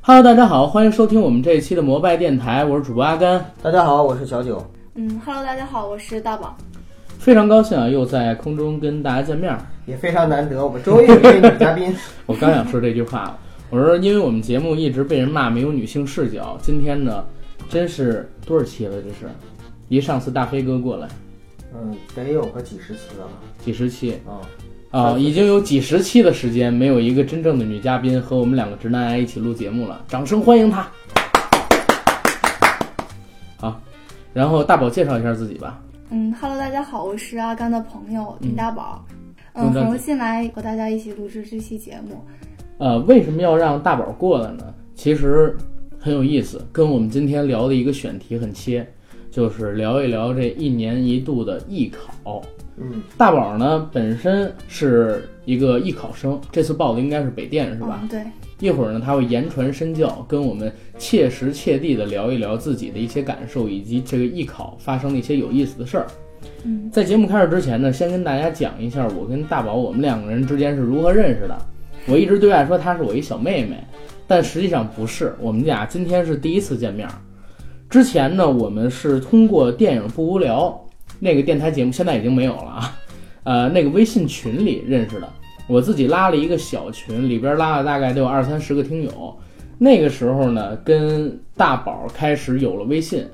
Hello，大家好，欢迎收听我们这一期的摩拜电台，我是主播阿甘，大家好，我是小九。嗯，Hello，大家好，我是大宝。非常高兴啊，又在空中跟大家见面儿。也非常难得，我们终于有一位女嘉宾。我刚想说这句话了， 我说因为我们节目一直被人骂没有女性视角，今天呢，真是多少期了？这是，一上次大飞哥过来 嗯，得有个几十期了吧？几十期啊、啊、已经有几十期的时间没有一个真正的女嘉宾和我们两个直男癌一起录节目了，掌声欢迎她。好，然后大宝介绍一下自己吧。嗯，Hello，大家好，我是阿甘的朋友丁大宝。嗯嗯，丁大很宝荣幸来和大家一起录制这期节目。呃，为什么要让大宝过来呢？其实很有意思，跟我们今天聊的一个选题很切，就是聊一聊这一年一度的艺考。嗯，大宝呢本身是一个艺考生，这次报的应该是北电是吧？嗯，对，一会儿呢他会言传身教，跟我们切实切地的聊一聊自己的一些感受，以及这个艺考发生的一些有意思的事儿。嗯在节目开始之前呢，先跟大家讲一下我跟大宝我们两个人之间是如何认识的。我一直对外说她是我一小妹妹，但实际上不是，我们俩今天是第一次见面儿。之前呢，我们是通过电影不无聊那个电台节目，现在已经没有了啊，呃，那个微信群里认识的。我自己拉了一个小群，里边拉了大概得有二三十个听友。那个时候呢，跟大宝开始有了微信，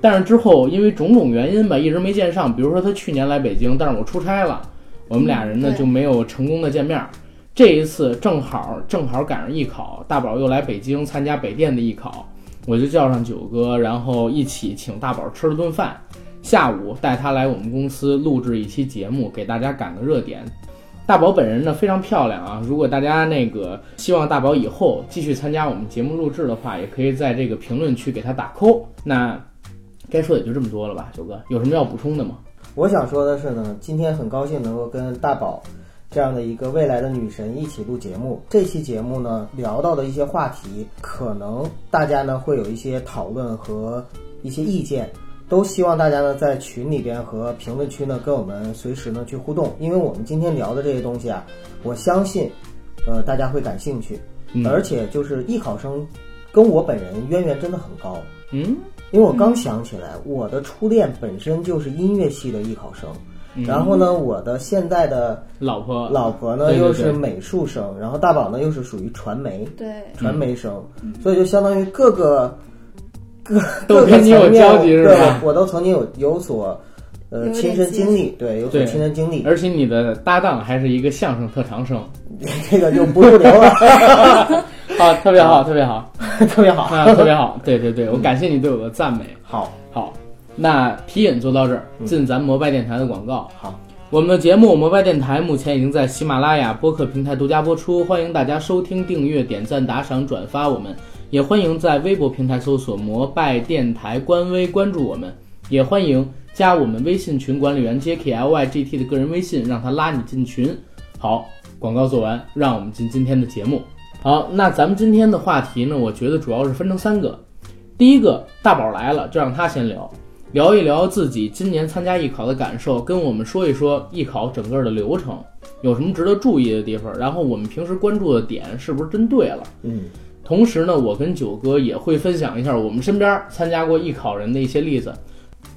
但是之后因为种种原因吧，一直没见上。比如说他去年来北京，但是我出差了，我们俩人呢嗯对就没有成功的见面儿。这一次正好正好赶上艺考，大宝又来北京参加北电的艺考，我就叫上九哥，然后一起请大宝吃了顿饭。下午带他来我们公司录制一期节目，给大家赶个热点。大宝本人呢非常漂亮啊，如果大家那个希望大宝以后继续参加我们节目录制的话，也可以在这个评论区给他打扣。那该说也就这么多了吧，九哥，有什么要补充的吗？我想说的是呢，今天很高兴能够跟大宝这样的一个未来的女神一起录节目。这期节目呢，聊到的一些话题，可能大家呢会有一些讨论和一些意见。都希望大家呢在群里边和评论区呢跟我们随时呢去互动，因为我们今天聊的这些东西啊，我相信，呃，大家会感兴趣，嗯而且就是艺考生跟我本人渊源真的很高，嗯，因为我刚想起来，我的初恋本身就是音乐系的艺考生，嗯然后呢，我的现在的老婆，老婆呢对对又是对美术生，然后大宝呢又是属于传媒对，嗯传媒生，所以就相当于各个各都各跟个你有层面交集是吧对，我都曾经有有所呃有点亲身经历，对，有所对亲身经历，而且你的搭档还是一个相声特长生这个就不入流了，啊，特别好，特别好 特 别好，啊，特别好，对对对，我感谢你对我的赞美。好，好，那皮影做到这儿，进咱们摩拜电台的广告。好，我们的节目《摩拜电台》目前已经在喜马拉雅播客平台独家播出，欢迎大家收听、订阅、点赞、打赏、转发我们，也欢迎在微博平台搜索“摩拜电台”官微关注我们，也欢迎加我们微信群管理员 JKLYGT 的个人微信，让他拉你进群。好，广告做完，让我们进今天的节目。好，那咱们今天的话题呢，我觉得主要是分成三个，第一个大宝来了，就让他先聊，聊一聊自己今年参加艺考的感受，跟我们说一说艺考整个的流程有什么值得注意的地方，然后我们平时关注的点是不是真对了。嗯同时呢，我跟九哥也会分享一下我们身边参加过艺考人的一些例子。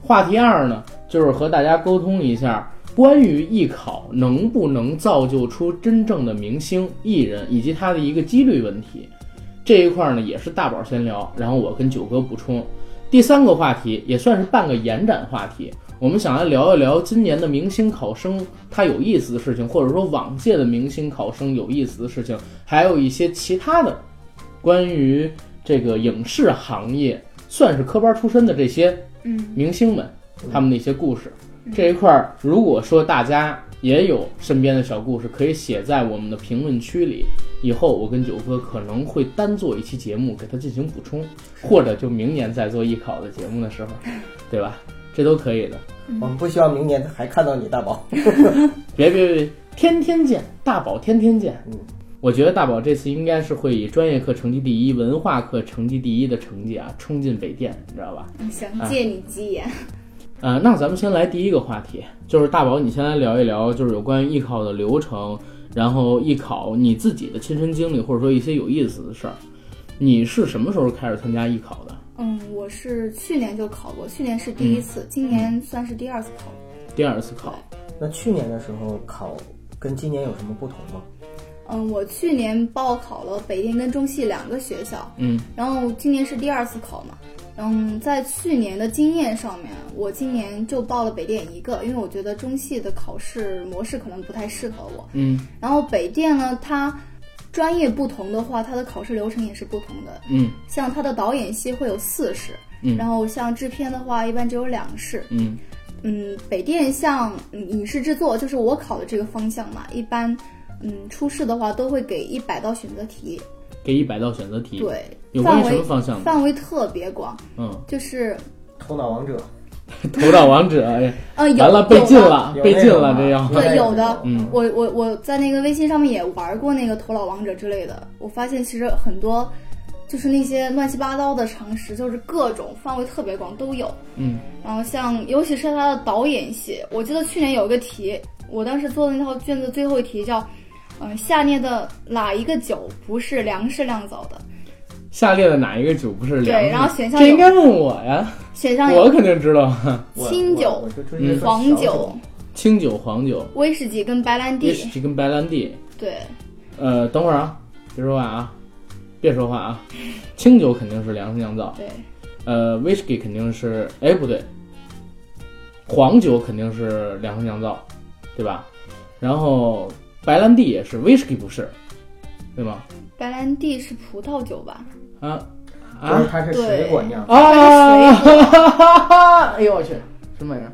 话题二呢，就是和大家沟通一下关于艺考能不能造就出真正的明星艺人，以及它的一个几率问题。这一块儿呢，也是大宝先聊，然后我跟九哥补充。第三个话题也算是半个延展话题，我们想来聊一聊今年的明星考生他有意思的事情，或者说往届的明星考生有意思的事情，还有一些其他的关于这个影视行业算是科班出身的这些嗯明星们他们的一些故事。这一块儿，如果说大家也有身边的小故事，可以写在我们的评论区里。以后我跟九哥可能会单做一期节目给他进行补充，或者就明年再做艺考的节目的时候，对吧？这都可以的。我们不希望明年还看到你大宝，别别别，天天见，大宝天天见。嗯，我觉得大宝这次应该是会以专业课成绩第一、文化课成绩第一的成绩啊，冲进北电，你知道吧？嗯想借你吉言。呃，那咱们先来第一个话题，就是大宝，你先来聊一聊，就是有关于艺考的流程，然后艺考你自己的亲身经历，或者说一些有意思的事儿。你是什么时候开始参加艺考的？嗯，我是去年就考过，去年是第一嗯次，今年算是第二次考。第二次考，那去年的时候考跟今年有什么不同吗？嗯，我去年报考了北电跟中戏两个学校，嗯，然后今年是第二次考嘛。嗯，在去年的经验上面，我今年就报了北电一个，因为我觉得中戏的考试模式可能不太适合我。嗯然后北电呢，它专业不同的话，它的考试流程也是不同的。嗯像它的导演系会有四试，嗯然后像制片的话，一般只有两试。嗯嗯，北电像嗯影视制作，就是我考的这个方向嘛，一般嗯初试的话都会给一百道选择题，给一百道选择题，对，嗯有关范于什围么方向的？范围特别广，嗯，就是头脑王者头脑王者，哎呀，呃有完了被禁有的了，有被那禁种了，吗这要。对有的嗯我我我在那个微信上面也玩过那个头脑王者之类的，我发现其实很多就是那些乱七八糟的常识，就是各种范围特别广都有。嗯然后像尤其是它的导演系，我记得去年有一个题，我当时做的那套卷子最后一题叫，嗯、下列的哪一个酒不是粮食酿造的？下列的哪一个酒不是凉对，的？然后选项这应有该问我呀，选项我有肯定知道。 我清酒我我就嗯追着说黄小酒、清酒、黄酒、威士忌跟白兰威士地。忌跟白兰地。对，呃，等会儿啊，别说话啊，别说话啊。清酒肯定是粮食酿造，对，呃，威士忌肯定是，哎，不对，黄酒肯定是粮食酿造，对吧？然后白兰地也是，威士忌不是，对吗？白兰地是葡萄酒吧？啊就是啊它是水果酿的，啊！ 哎呦我去，什么玩意儿？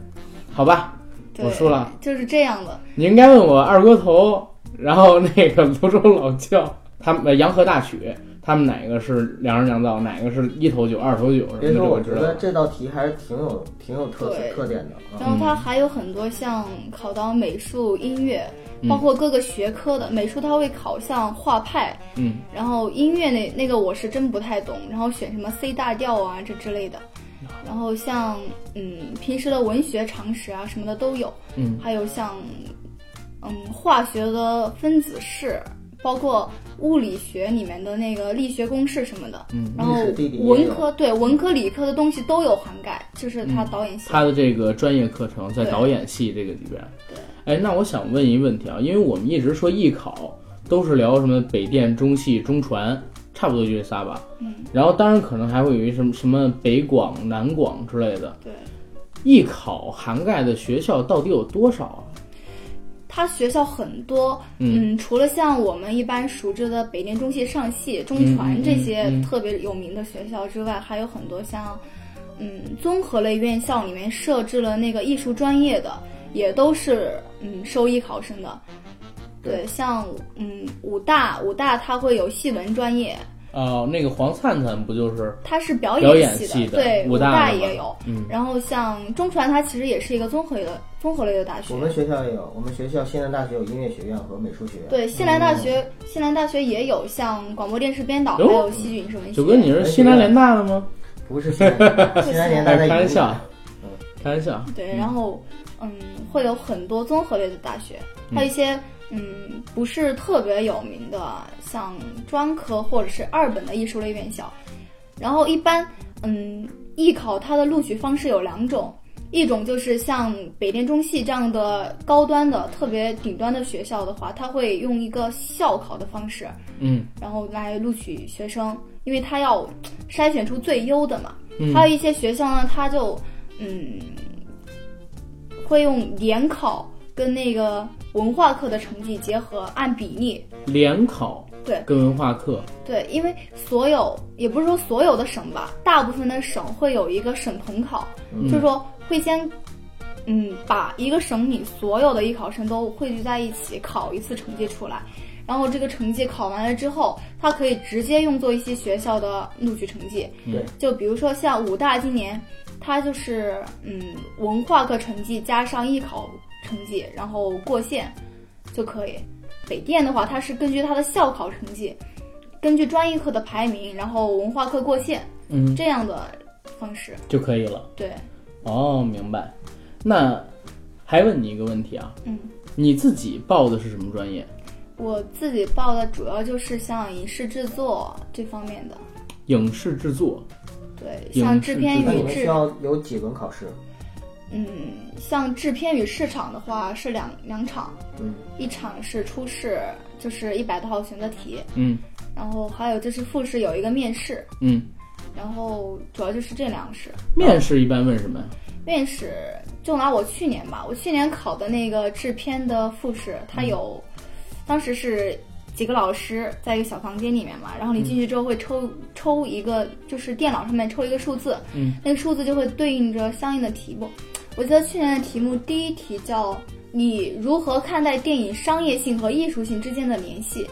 好吧，对，我输了，啊就是这样的。你应该问我二锅头，然后那个 泸州老窖，他们呃洋河大曲，他们哪个是粮食酿造，哪个是一头酒、二头酒什么别的，这说，我我觉知道得。这道题还是挺有挺有特对特点的啊。然后它还有很多像考到美术、音乐，嗯包括各个学科的。美术它会考像画派，嗯，然后音乐那那个我是真不太懂，然后选什么 C 大调啊这之类的，然后像嗯平时的文学常识啊什么的都有，嗯，还有像嗯化学的分子式，包括物理学里面的那个力学公式什么的，嗯然后历史地理也有文科对文科理科的东西都有涵盖，就是嗯他导演系、他的这个专业课程在对导演系这个里边。对，哎，那我想问一个问题啊，因为我们一直说艺考都是聊什么北电、中戏、中传，差不多就这仨吧。嗯，然后当然可能还会有一什么什么北广、南广之类的。对。艺考涵盖的学校到底有多少啊？他学校很多，嗯嗯除了像我们一般熟知的北电、中戏、上戏、中嗯嗯传嗯这些嗯特别有名的学校之外，还有很多像，嗯，综合类院校里面设置了那个艺术专业的，也都是嗯收艺考生的。对对，像嗯武大，武大它会有戏文专业，哦，那个黄灿灿不就是它是表表演系系的对，武武大大的嘛也有。嗯然后像中传，它其实也是一个综合类的综合类的大学。我们学校也有，我们学校西南大学有音乐学院和美术学院。对，西南大学，西南大学也有像广播电视编导，还哟有戏剧影视文学。九哥？你是西南联大的吗？不是西南 联大，西南联大哎在开玩一笑个，开玩笑。对，然后嗯，会有很多综合类的大学，还有一些嗯不是特别有名的，像专科或者是二本的艺术类院校。然后一般嗯，艺考它的录取方式有两种。一种就是像北电中戏这样的高端的、特别顶端的学校的话，它会用一个校考的方式，嗯然后来录取学生，因为他要筛选出最优的嘛。嗯还有一些学校呢，他就嗯会用联考跟那个文化课的成绩结合，按比例。联考对跟文化课，对，因为所有也不是说所有的省吧，大部分的省会有一个省统考，就是说会先。嗯，把一个省里所有的艺考生都汇聚在一起考一次成绩出来，然后这个成绩考完了之后，他可以直接用作一些学校的录取成绩。对，嗯就比如说像武大今年，它就是嗯文化课成绩加上艺考成绩，然后过线就可以。北电的话，它是根据它的校考成绩，根据专业课的排名，然后文化课过线嗯，这样的方式。就可以了。对，哦，明白。那还问你一个问题啊，嗯，你自己报的是什么专业？我自己报的主要就是像影视制作这方面的。影视制作，对，影像视制片制那你与作们需制，要有几轮考试？嗯，像制片与市场的话是两两场，嗯，一场是初试，就是一百多号选择题，嗯然后还有就是复试有一个面试，嗯。然后主要就是这两个试。面试一般问什么呀？面试就拿我去年吧，我去年考的那个制片的复试，它有，当时是几个老师在一个小房间里面嘛，然后你嗯进去之后会抽、抽一个，就是电脑上面抽一个数字，嗯，那个数字就会对应着相应的题目。我记得去年的题目第一题叫“你如何看待电影商业性和艺术性之间的联系”，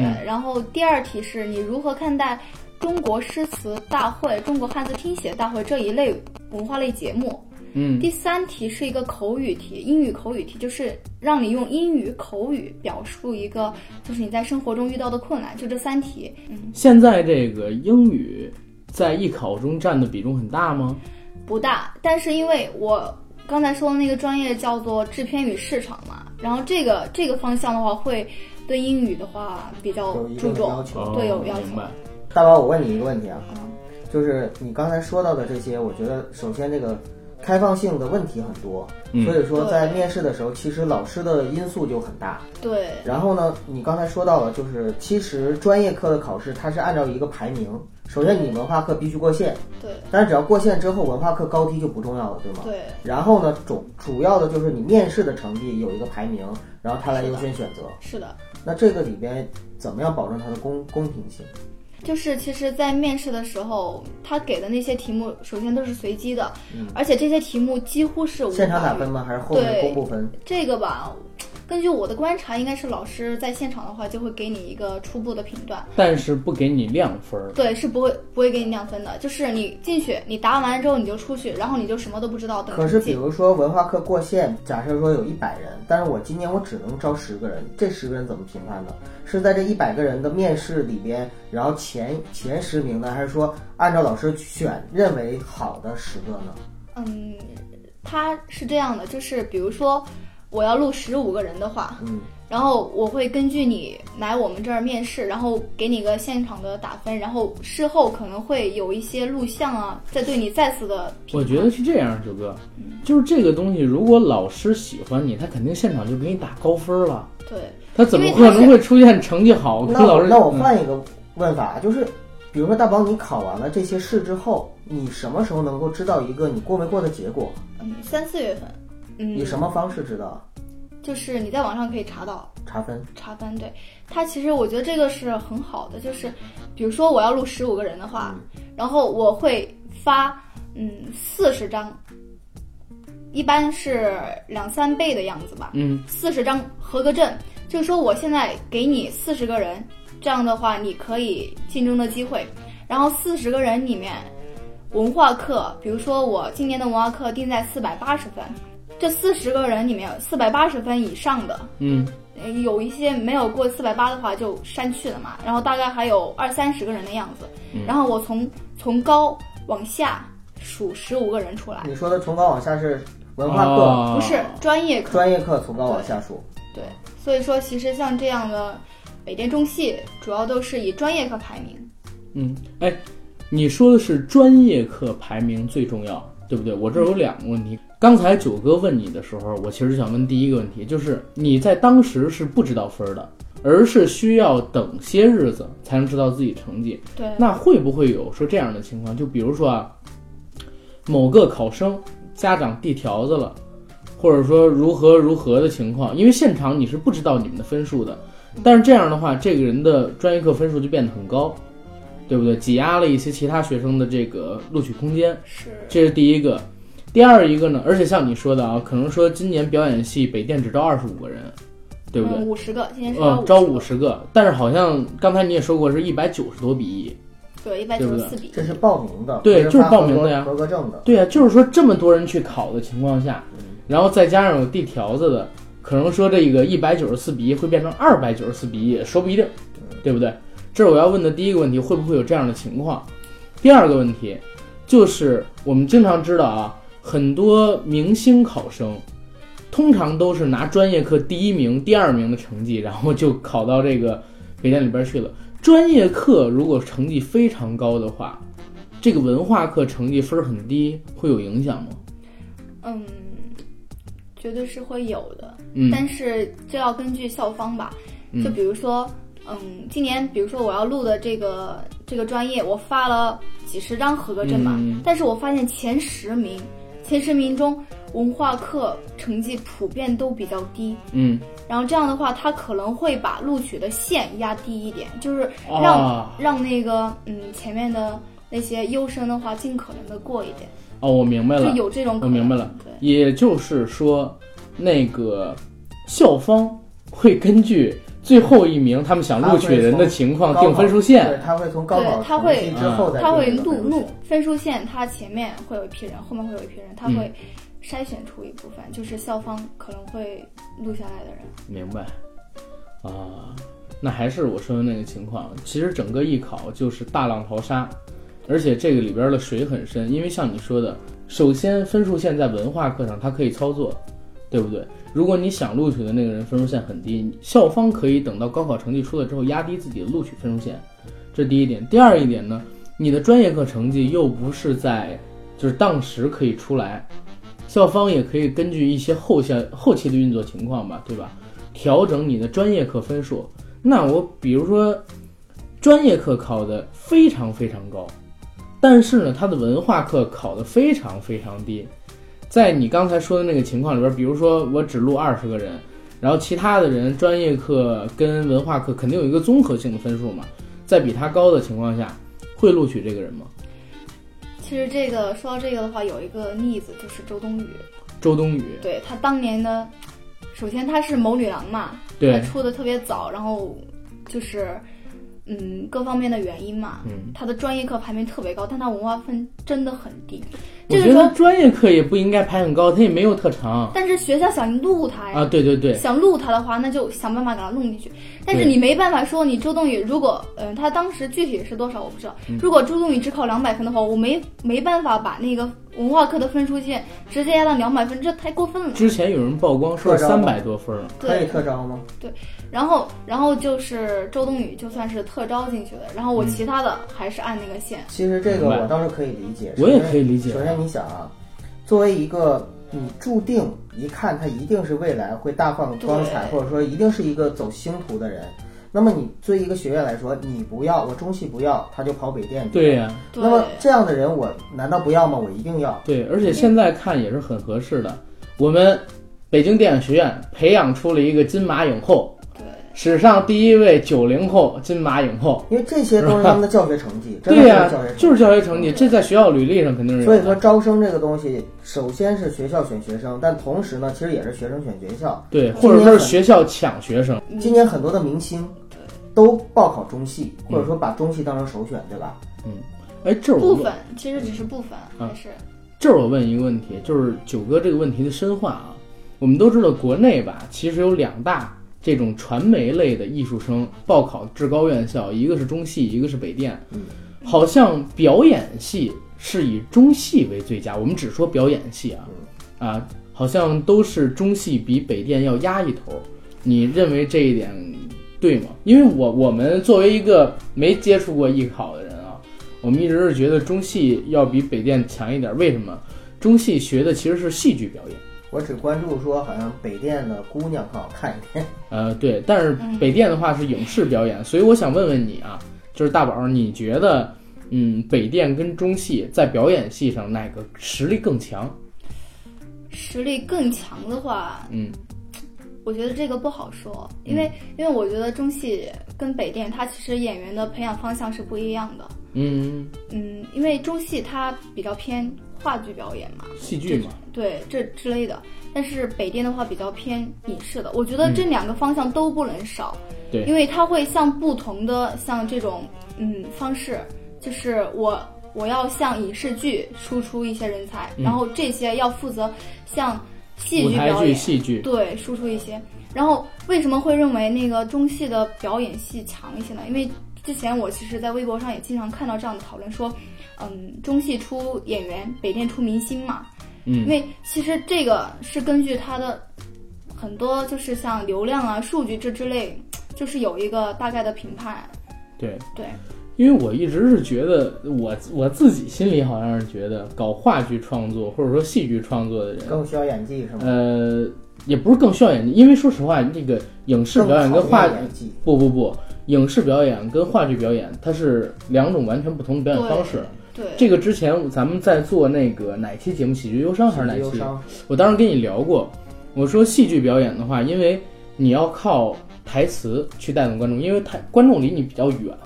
嗯对，然后第二题是你如何看待中国诗词大会、中国汉字拼写大会这一类文化类节目？嗯第三题是一个口语题，英语口语题，就是让你用英语口语表述一个，就是你在生活中遇到的困难，就这三题。嗯，现在这个英语在艺考中占的比重很大吗？不大，但是因为我刚才说的那个专业叫做制片与市场嘛，然后这个这个方向的话，会对英语的话比较有一定注的重要。求。哦对有要求明白。大宝，我问你一个问题啊，嗯就是你刚才说到的这些，我觉得首先这个开放性的问题很多，嗯所以说对在面试的时候，其实老师的因素就很大。对然后呢，你刚才说到了，就是其实专业课的考试它是按照一个排名，首先你文化课必须过线，对但是只要过线之后，文化课高低就不重要了，对吗？对然后呢，主主要的就是你面试的成绩有一个排名，然后它来优先选择。是的。那这个里边怎么样保证它的公公平性？就是其实，在面试的时候，他给的那些题目，首先都是随机的，嗯而且这些题目几乎是无现场法打预分吗？还是后面对公布分？这个吧，根据我的观察，应该是老师在现场的话，就会给你一个初步的评断。但是不给你量分儿。对，是不会不会给你量分的，就是你进去，你答完之后你就出去，然后你就什么都不知道。等可是，成绩比如说文化课过线，假设说有一百人，但是我今年我只能招十个人，这十个人怎么评判呢？是在这一百个人的面试里边，然后前前十名呢，还是说按照老师选认为好的十个呢？嗯，他是这样的，就是比如说我要录十五个人的话，嗯，然后我会根据你来我们这儿面试，然后给你个现场的打分，然后事后可能会有一些录像啊，再对你再次的评我觉得是这样，九哥，嗯就是这个东西，如果老师喜欢你，他肯定现场就给你打高分儿了。对。他怎么因为可他是能会出现成绩好跟那老我师？那我嗯换一个问法，就是比如说大宝，你考完了这些试之后，你什么时候能够知道一个你过没过的结果？嗯，三四月份，嗯以，什么方式知道啊？就是你在网上可以查到，查分？查分对，它其实我觉得这个是很好的，就是比如说我要录十五个人的话，然后我会发嗯四十张，一般是两三倍的样子吧，嗯四十张合格证，就是说我现在给你四十个人，这样的话你可以竞争的机会，然后四十个人里面，文化课，比如说我今年的文化课定在四百八十分，这四十个人里面四百八十分以上的。嗯呃有一些没有过四百八的话就删去了嘛，然后大概还有二三十个人的样子，然后我从从高往下数十五个人出来，你说的从高往下是文化课、哦不是专业课，专业课从高往下数。对，所以说其实像这样的北电中戏主要都是以专业课排名，嗯，哎，你说的是专业课排名最重要，对不对？我这儿有两个问题。刚才九哥问你的时候，我其实想问第一个问题，就是你在当时是不知道分儿的，而是需要等些日子才能知道自己成绩。对，那会不会有说这样的情况？就比如说啊，某个考生家长递条子了，或者说如何如何的情况，因为现场你是不知道你们的分数的，但是这样的话，这个人的专业课分数就变得很高，对不对？挤压了一些其他学生的这个录取空间。是这是第一个。第二一个呢，而且像你说的啊，可能说今年表演系北电只招二十五个人，对不对？五十个，今年是嗯，招五五，十个，但是好像刚才你也说过是一百九十多比一，对，一百九对十不四比一这是报名的，对不就是发报名的呀合格合格证的。对啊，就是说这么多人去考的情况下，然后再加上有递条子的，可能说这个一百九十四比一会变成二百九十四比一，也说不一定，对不对？这是我要问的第一个问题，会不会有这样的情况？第二个问题就是我们经常知道啊，很多明星考生。通常都是拿专业课第一名、第二名的成绩，然后就考到这个北电里边去了。专业课如果成绩非常高的话，这个文化课成绩分儿很低，会有影响吗？嗯，绝对是会有的，嗯但是这要根据校方吧。嗯就比如说，嗯，今年比如说我要录的这个这个专业，我发了几十张合格证嘛，嗯但是我发现前十名，前十名中文化课成绩普遍都比较低。嗯，然后这样的话，他可能会把录取的线压低一点，就是让、啊让那个嗯前面的那些优生的话尽可能的过一点，哦，我明白就了，有这种可我能。明白了对，也就是说，那个校方会根据最后一名他们想录取人的情况定分数对线。，他会从高考对他会成绩之后再他会定这个录分数线录分数线，他前面会有一批人，后面会有一批人，他嗯会筛选出一部分，就是校方可能会录下来的人。明白，啊，那还是我说的那个情况。其实整个艺考就是大浪淘沙，而且这个里边的水很深，因为像你说的，首先分数线在文化课上它可以操作，对不对？如果你想录取的那个人分数线很低，校方可以等到高考成绩出了之后压低自己的录取分数线，这第一点。第二一点呢，你的专业课成绩又不是在就是当时可以出来，校方也可以根据一些后下后期的运作情况吧，对吧？调整你的专业课分数。那我比如说，专业课考的非常非常高，但是呢，它的文化课考的非常非常低。在你刚才说的那个情况里边，比如说我只录二十个人，然后其他的人专业课跟文化课肯定有一个综合性的分数嘛，在比他高的情况下，会录取这个人吗？其实这个说到这个的话，有一个例子就是周冬雨，周冬雨，对他当年的，首先他是某女郎嘛，他 对，出的特别早，然后就是嗯各方面的原因嘛，嗯，他的专业课排名特别高，但他文化分真的很低。我这觉个时候得，专业课也不应该排很高，他也没有特长但是学校想录他呀，啊，对对对，想录他的话，那就想办法给他弄进去。但是对你没办法说，你周冬雨如果，嗯、他当时具体是多少我不知道。嗯如果周冬雨只考两百分的话，我没没办法把那个文化课的分数线直接压到两百分，这太过分了。之前有人曝光说扩招三吗百多分儿，可以对，特招吗？然后然后就是周冬雨就算是特招进去的，然嗯后我其他的还是按那个线。其实这个明白我倒是可以理解，我也首先可以理解首先你想啊，作为一个你注定一看他一定是未来会大放光彩，对或者说一定是一个走星途的人，那么你对一个学院来说，你不要我中戏不要，他就跑北电去。对呀、对那，么这样的人，我难道不要吗？我一定要。对，而且现在看也是很合适的。我们北京电影学院培养出了一个金马影后，对，史上第一位九零后金马影后。因为这些都是他们的教学成绩，真的对呀、教学成绩。就是教学成绩，这在学校履历上肯定是所有以说，的。招生这个东西，首先是学校选学生，但同时呢，其实也是学生选学校。对，或者说是学校抢学生，嗯今年很多的明星都报考中戏，或者说把中戏当成首选，对吧？哎，这儿我部问，分其实只是部分，嗯还是这儿我问一个问题，就是九哥这个问题的深化啊。我们都知道，国内吧，其实有两大这种传媒类的艺术生报考制高院校，一个是中戏，一个是北电。嗯，好像表演系是以中戏为最佳，我们只说表演系啊，啊，好像都是中戏比北电要压一头。你认为这一点对吗？因为我我们作为一个没接触过艺考的人啊，我们一直是觉得中戏要比北电强一点。为什么？中戏学的其实是戏剧表演。我只关注说，好像北电的姑娘更好看一点。呃，对，但是嗯北电的话是影视表演，所以我想问问你啊，就是大宝，你觉得，嗯，北电跟中戏在表演系上哪个实力更强？实力更强的话，嗯，我觉得这个不好说，因为、嗯因为我觉得中戏跟北电它其实演员的培养方向是不一样的。嗯，嗯，因为中戏它比较偏话剧表演嘛，戏剧嘛，对这之类的。但是北电的话比较偏影视的，我觉得嗯这两个方向都不能少，对因为它会向不同的像这种嗯方式，就是我我要向影视剧输出一些人才，嗯然后这些要负责向戏舞剧台表剧、演，戏剧，对，输出一些。然后为什么会认为那个中戏的表演系强一些呢？因为之前我其实，在微博上也经常看到这样的讨论，说，嗯，中戏出演员，北电出明星嘛。因嗯，为其实这个是根据它的很多，就是像流量啊、数据这之类，就是有一个大概的评判。对对，因为我一直是觉得我我自己心里好像是觉得搞话剧创作或者说戏剧创作的人，更需要演技是吗？呃，也不是更需要演技，因为说实话，这个影视更表演跟考验话演技，不不不，影视表演跟话剧表演它是两种完全不同的表演方式。对，这个之前咱们在做那个哪期节目《喜剧忧伤》还是哪忧期？伤，我当时跟你聊过，我说戏剧表演的话，因为你要靠台词去带动观众，因为台观众离你比较远，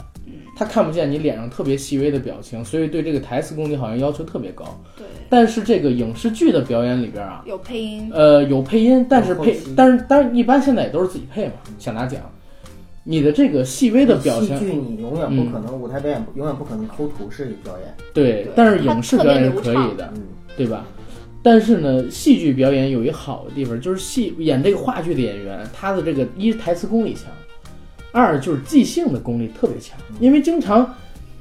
他看不见你脸上特别细微的表情，所以对这个台词功底好像要求特别高。对，但是这个影视剧的表演里边啊，有配音，呃，有配音，但是后配期，但是但是一般现在也都是自己配嘛，想拿奖，你的这个细微的表嗯戏情，剧你永远不可能，舞台表演永远不可能抠图式表演。对对，但是它影视特表别演是流可畅以的，嗯，对吧？但是呢，戏剧表演有一好的地方，就是戏演这个话剧的演员，他的这个一台词功力强，二就是即兴的功力特别强，因为经常，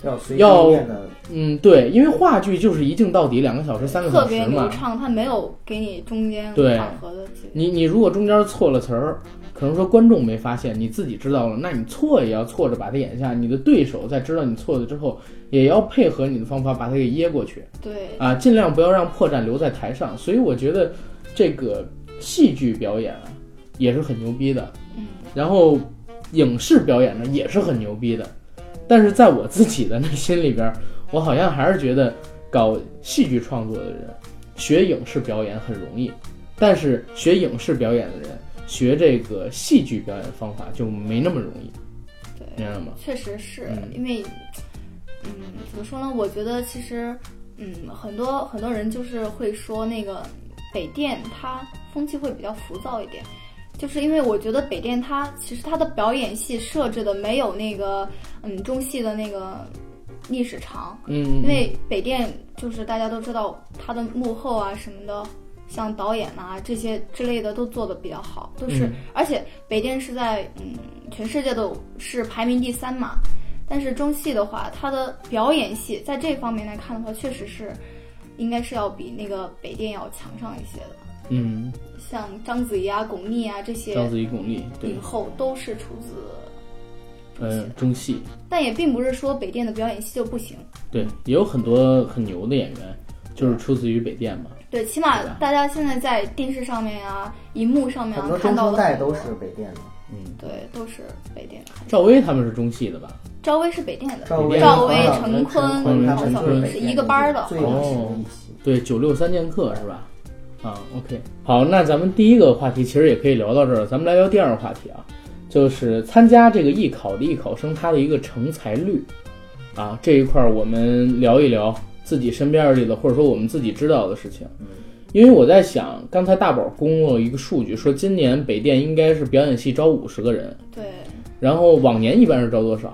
要随机要应变的，嗯，对，因为话剧就是一镜到底，两个小时、三个特小时别流嘛，畅，它没有给你中间对场合的几你你如果中间错了词儿，可能说观众没发现，你自己知道了，那你错也要错着把它演下，你的对手在知道你错了之后，也要配合你的方法把它给噎过去对啊，尽量不要让破绽留在台上。所以我觉得这个戏剧表演啊也是很牛逼的，嗯，然后影视表演呢也是很牛逼的，但是在我自己的内 心里边儿，我好像还是觉得搞戏剧创作的人学影视表演很容易，但是学影视表演的人学这个戏剧表演方法就没那么容易，对。明白吗？确实是、嗯因为，嗯，怎么说呢？我觉得其实，嗯，很多很多人就是会说那个北电它风气会比较浮躁一点，就是因为我觉得北电它其实它的表演系设置的没有那个嗯中戏的那个历史长，嗯，因为北电就是大家都知道它的幕后啊什么的，像导演啊这些之类的都做的比较好，都是、嗯而且北电是在嗯全世界都是排名第三嘛，但是中戏的话，它的表演系在这方面来看的话，确实是应该是要比那个北电要强上一些的，嗯，像章子怡啊、巩俐啊这些章子怡、巩俐，对影，后都是出自，嗯，中戏，但也并不是说北电的表演系就不行。对，也有很多很牛的演员，就是出自于北电嘛。对，起码对吧大家现在在电视上面啊、荧幕上面很啊多中看到生的代很多都是北电的。嗯，对，都是北电的。赵薇他们是中戏的吧？赵薇是北电的，赵薇、赵薇黄晓陈明坤坤他黄们晓都明北是电一个班儿的最有型哦的一期。对，九六三剑客是吧？啊，OK，好，那咱们第一个话题其实也可以聊到这儿了，咱们来聊第二个话题啊，就是参加这个艺考的艺考生他的一个成才率啊这一块儿，我们聊一聊自己身边儿的例子，或者说我们自己知道的事情。因为我在想，刚才大宝公布了一个数据，说今年北电应该是表演系招五十个人，对，然后往年一般是招多少？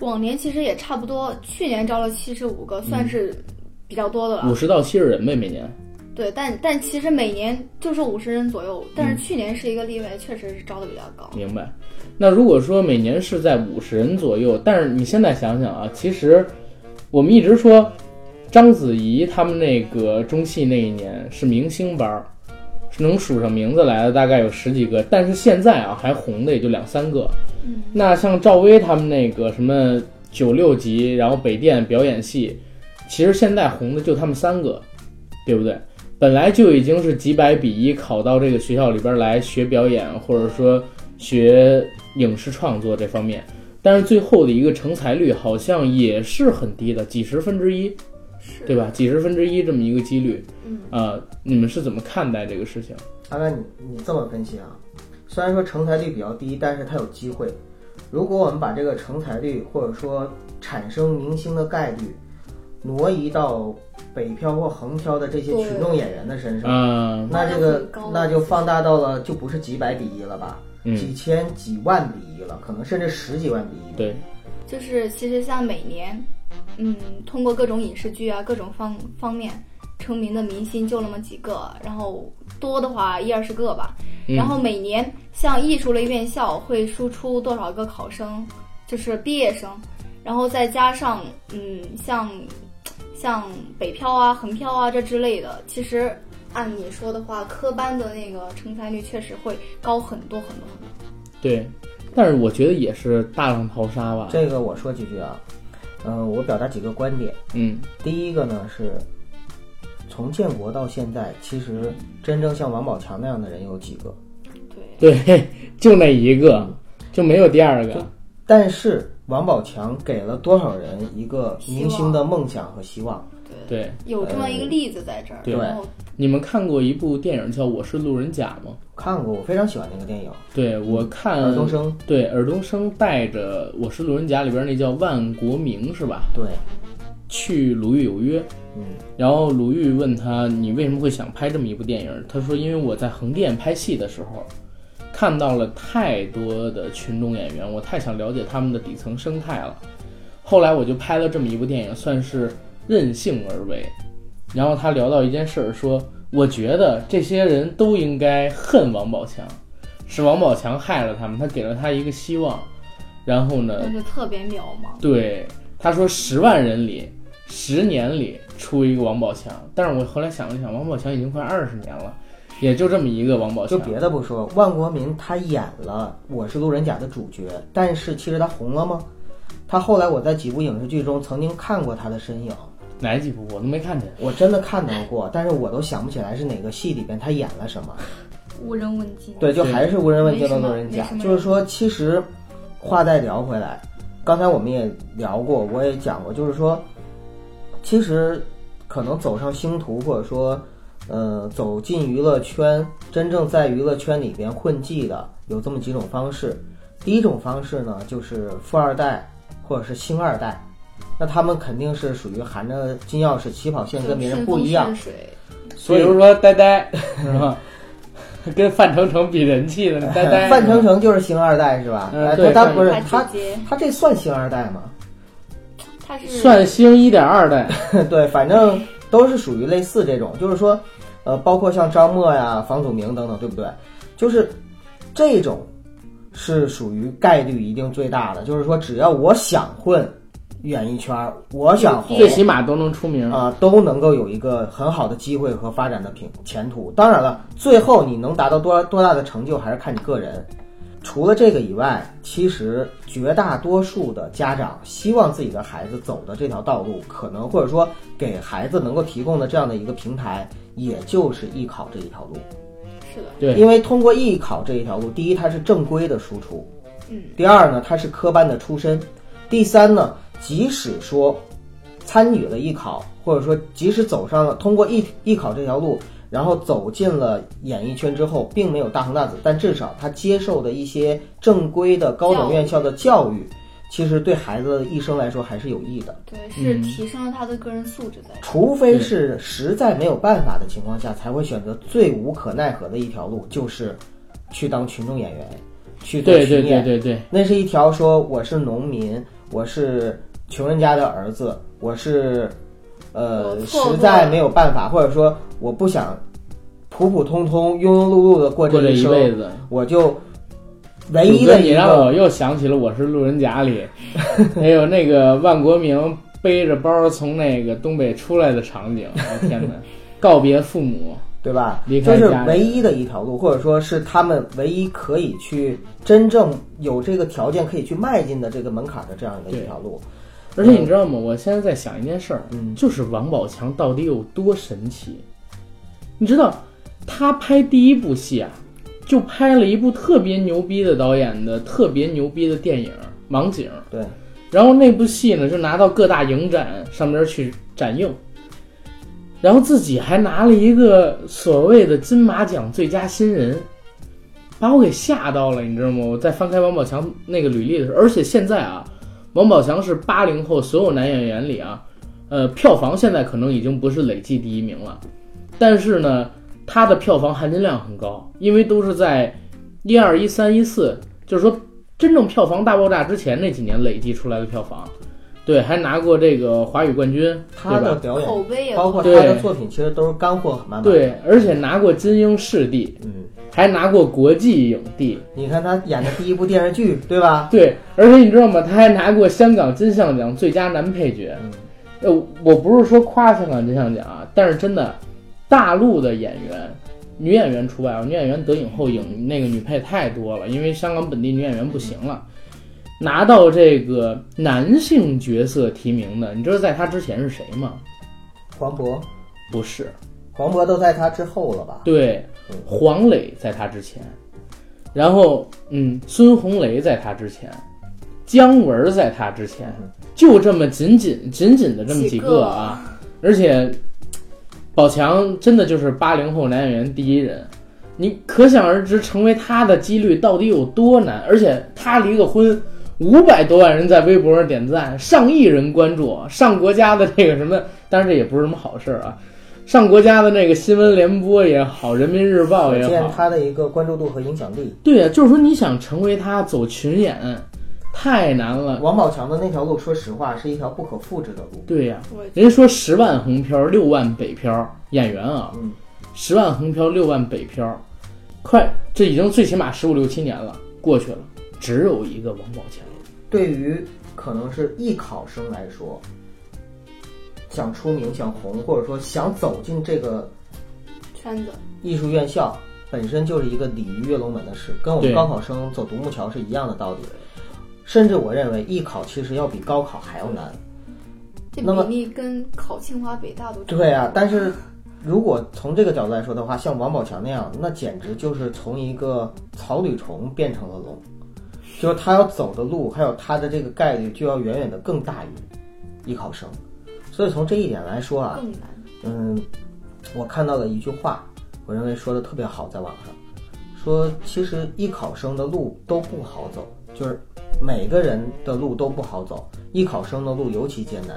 往年其实也差不多，去年招了七十五个，算嗯是比较多的了。五十到七十人呗，每年。对，但但其实每年就是五十人左右，但是嗯去年是一个例外，确实是招的比较高。明白。那如果说每年是在五十人左右，但是你现在想想啊，其实我们一直说章子怡他们那个中戏那一年是明星班儿，能数上名字来的大概有十几个，但是现在啊还红的也就两三个。嗯那像赵薇他们那个什么九六级，然后北电表演系，其实现在红的就他们三个，对不对？本来就已经是几百比一考到这个学校里边来学表演，或者说学影视创作这方面，但是最后的一个成才率好像也是很低的，几十分之一，是对吧？几十分之一这么一个几率，嗯，呃，你们是怎么看待这个事情？阿甘，啊你你这么分析啊？虽然说成才率比较低，但是它有机会。如果我们把这个成才率或者说产生明星的概率挪移到北漂或横漂的这些群众演员的身上，嗯、那这个那就很高了那就放大到了就不是几百比一了吧？嗯，几千、几万比一了，可能甚至十几万比一。对，就是其实像每年，嗯，通过各种影视剧啊，各种方方面成名的明星就那么几个，然后多的话一二十个吧。嗯然后每年像艺术类院校会输出多少个考生，就是毕业生，然后再加上嗯，像像北漂啊、横漂啊这之类的，其实。按你说的话，科班的那个成才率确实会高很多很多很多。对，但是我觉得也是大浪淘沙吧。这个我说几句啊，嗯、我表达几个观点。嗯第一个呢是，从建国到现在，其实真正像王宝强那样的人有几个？对，对，就那一个，就没有第二个。但是王宝强给了多少人一个明星的梦想和希望？对，呃有这么一个例子在这儿，对然后你们看过一部电影叫《我是路人甲》吗？看过，我非常喜欢那个电影，对我看尔冬升。对尔冬升带着《我是路人甲》里边那叫万国明是吧？对，去鲁豫有约，嗯，然后鲁豫问他：“你为什么会想拍这么一部电影？”他说：“因为我在横店拍戏的时候，看到了太多的群众演员，我太想了解他们的底层生态了。后来我就拍了这么一部电影，算是任性而为。”然后他聊到一件事儿，说：“我觉得这些人都应该恨王宝强，是王宝强害了他们，他给了他一个希望。然后呢，那就特别渺茫。对，他说十万人里，十年里出一个王宝强。但是我后来想了想，王宝强已经快二十年了，也就这么一个王宝就强。别的不说，万国明他演了《我是路人甲》的主角，但是其实他红了吗？他后来我在几部影视剧中曾经看过他的身影，哪几部我都没看见。我真的看到过，但是我都想不起来是哪个戏里边他演了什么。无人问津。对，就对还是无人问津的路人没甲什么。没什么就是说，其实话再聊回来，刚才我们也聊过，我也讲过，就是说，其实可能走上星途，或者说，呃，走进娱乐圈，真正在娱乐圈里边混迹的，有这么几种方式。第一种方式呢，就是富二代或者是星二代，那他们肯定是属于含着金钥匙起跑线，跟别人不一样顺。风顺水比如说呆呆，嗯是吧？ 跟范丞丞比人气 的那呆呆，范丞丞就是星二代是吧？嗯哎对他范不是还他直，接，他这算星二代吗？ 他是算星一点二代，对，反正都是属于类似这种，就是说，呃，包括像张默呀、房祖名等等，对不对？就是这种是属于概率一定最大的，就是说，只要我想混演艺圈儿，我想红，最起码都能出名。嗯啊、都能够有一个很好的机会和发展的平前途。当然了，最后你能达到多多大的成就，还是看你个人。除了这个以外，其实绝大多数的家长希望自己的孩子走的这条道路，可能或者说给孩子能够提供的这样的一个平台，也就是艺考这一条路。是的，对因为通过艺考这一条路，第一它是正规的输出，嗯，第二呢它是科班的出身，第三呢，即使说参与了艺考，或者说即使走上了通过艺艺考这条路，然后走进了演艺圈之后，并没有大红大紫，但至少他接受的一些正规的高等院校的教育，其实对孩子的一生来说还是有益的。对，是嗯提升了他的个人素质在。除非是实在没有办法的情况下，才会选择最无可奈何的一条路，就是去当群众演员，去做对群对对演。对对，那是一条说我是农民，我是穷人家的儿子，我是呃我错过实了在没有办法，或者说我不想普普通通、庸庸碌碌的过过这这一生，辈子。我就唯主一哥，的你一让我个又想起了《我是路人甲》 里，还有那个万国明背着包从那个东北出来的场景。我、天哪！告别父母，对吧？离就开是家里唯一的一条路，或者说是他们唯一可以去真正有这个条件可以去迈进的这个门槛的这样的一条路。而且你知道吗？我现在在想一件事儿，嗯就是王宝强到底有多神奇？你知道，他拍第一部戏啊，就拍了一部特别牛逼的导演的特别牛逼的电影《盲井》。对，然后那部戏呢，就拿到各大影展上边去展映，然后自己还拿了一个所谓的金马奖最佳新人，把我给吓到了，你知道吗？我在翻开王宝强那个履历的时候，而且现在啊，王宝强是八零后所有男演员里啊，呃，票房现在可能已经不是累计第一名了，但是呢，他的票房含金量很高，因为都是在一二、一三、一四，就是说真正票房大爆炸之前那几年累计出来的票房，对，还拿过这个华语冠军，他对的吧？表演，口碑也包括他对的作品，其实都是干货满满。，对，而且拿过金鹰视帝，嗯，还拿过国际影帝，你看他演的第一部电视剧，对吧？对，而且你知道吗？他还拿过香港金像奖最佳男配角。嗯呃，我不是说夸香港金像奖啊，但是真的，大陆的演员女演员除外啊，女演员得影后影那个女配太多了，因为香港本地女演员不行了。拿到这个男性角色提名的，你知道在他之前是谁吗？黄渤，不是，黄渤都在他之后了吧？对，黄磊在他之前，然后嗯，孙红雷在他之前，姜文在他之前，就这么紧紧紧紧的这么几个啊，而且宝强真的就是八零后男演员第一人，你可想而知成为他的几率到底有多难。而且他离个婚，五百多万人在微博上点赞，上亿人关注，啊上国家的这个什么，当然这也不是什么好事儿啊。上国家的那个新闻联播也好，人民日报可也见好，他的一个关注度和影响力。对呀、就是说你想成为他走群演，太难了。王宝强的那条路，说实话是一条不可复制的路。对呀、我人家说十万红漂，六万北漂，演员啊，嗯十万红漂，六万北漂，快，这已经最起码十五六七年了，过去了，只有一个王宝强。对于可能是艺考生来说，想出名、想红，或者说想走进这个圈子艺术院校，本身就是一个鲤鱼跃龙门的事，跟我们对高考生走独木桥是一样的道理。甚至我认为艺考其实要比高考还要难。这那么比例跟考清华北大都差不多对啊，但是如果从这个角度来说的话，像王宝强那样，那简直就是从一个草履虫变成了龙，就是他要走的路，还有他的这个概率就要远远的更大于艺考生。所以从这一点来说啊，更难。嗯，我看到了一句话，我认为说的特别好，在网上说，其实艺考生的路都不好走，就是每个人的路都不好走，艺考生的路尤其艰难。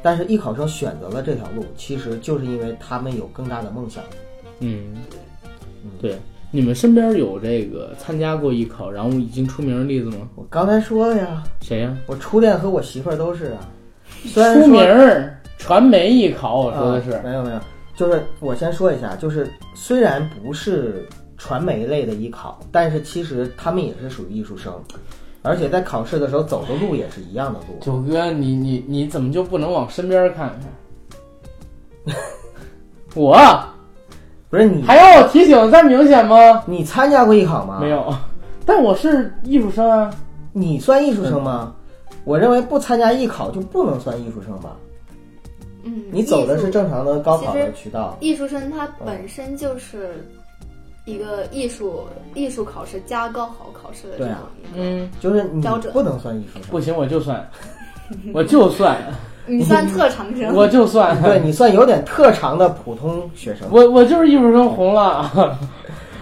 但是艺考生选择了这条路，其实就是因为他们有更大的梦想。嗯，对，你们身边有这个参加过艺考然后已经出名的例子吗？我刚才说了呀，谁呀、我初恋和我媳妇儿都是啊，虽然出说名儿，传媒艺考，我说的是，啊没有没有，就是我先说一下，就是虽然不是传媒类的艺考，但是其实他们也是属于艺术生，而且在考试的时候走的路也是一样的路。九哥，你你你怎么就不能往身边看看？ 我不是你，还要我提醒再明显吗？你参加过艺考吗？没，有， 但我是艺术生啊。你算艺术嗯生吗？我认为不参加艺考就不能算艺术生吧。嗯，你走的是艺术正常的高考其的实渠道，艺术生，他本身就是一个艺术艺术考试加高考考试的这对样啊一个。嗯，就是你标准不能算艺术生。不行，我就算，我就 算，你算特长生，我就算，对你算有点特长的普通学生，我我就是艺术生红 了，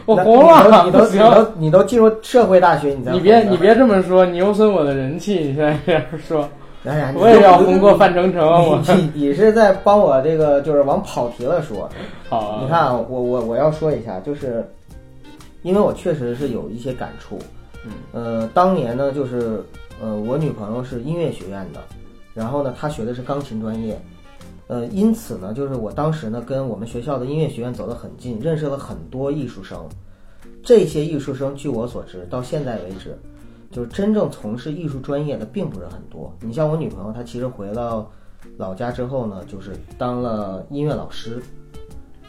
我红那了，你不 都你行都你，都你都进入社会大学，你才你别红的你，别这么说，你又损我的人气，你现在这样说，哎呀，你我也都要红 过范丞丞，我你你你是在帮我这个就是往跑题了说。好你啊，看啊，我我我要说一下，就是因为我确实是有一些感触。嗯，呃，当年呢，就是呃，我女朋友是音乐学院的，然后呢，她学的是钢琴专业。呃，因此呢，就是我当时呢，跟我们学校的音乐学院走得很近，认识了很多艺术生。这些艺术生，据我所知，到现在为止，就是真正从事艺术专业的并不是很多。你像我女朋友，她其实回到老家之后呢，就是当了音乐老师，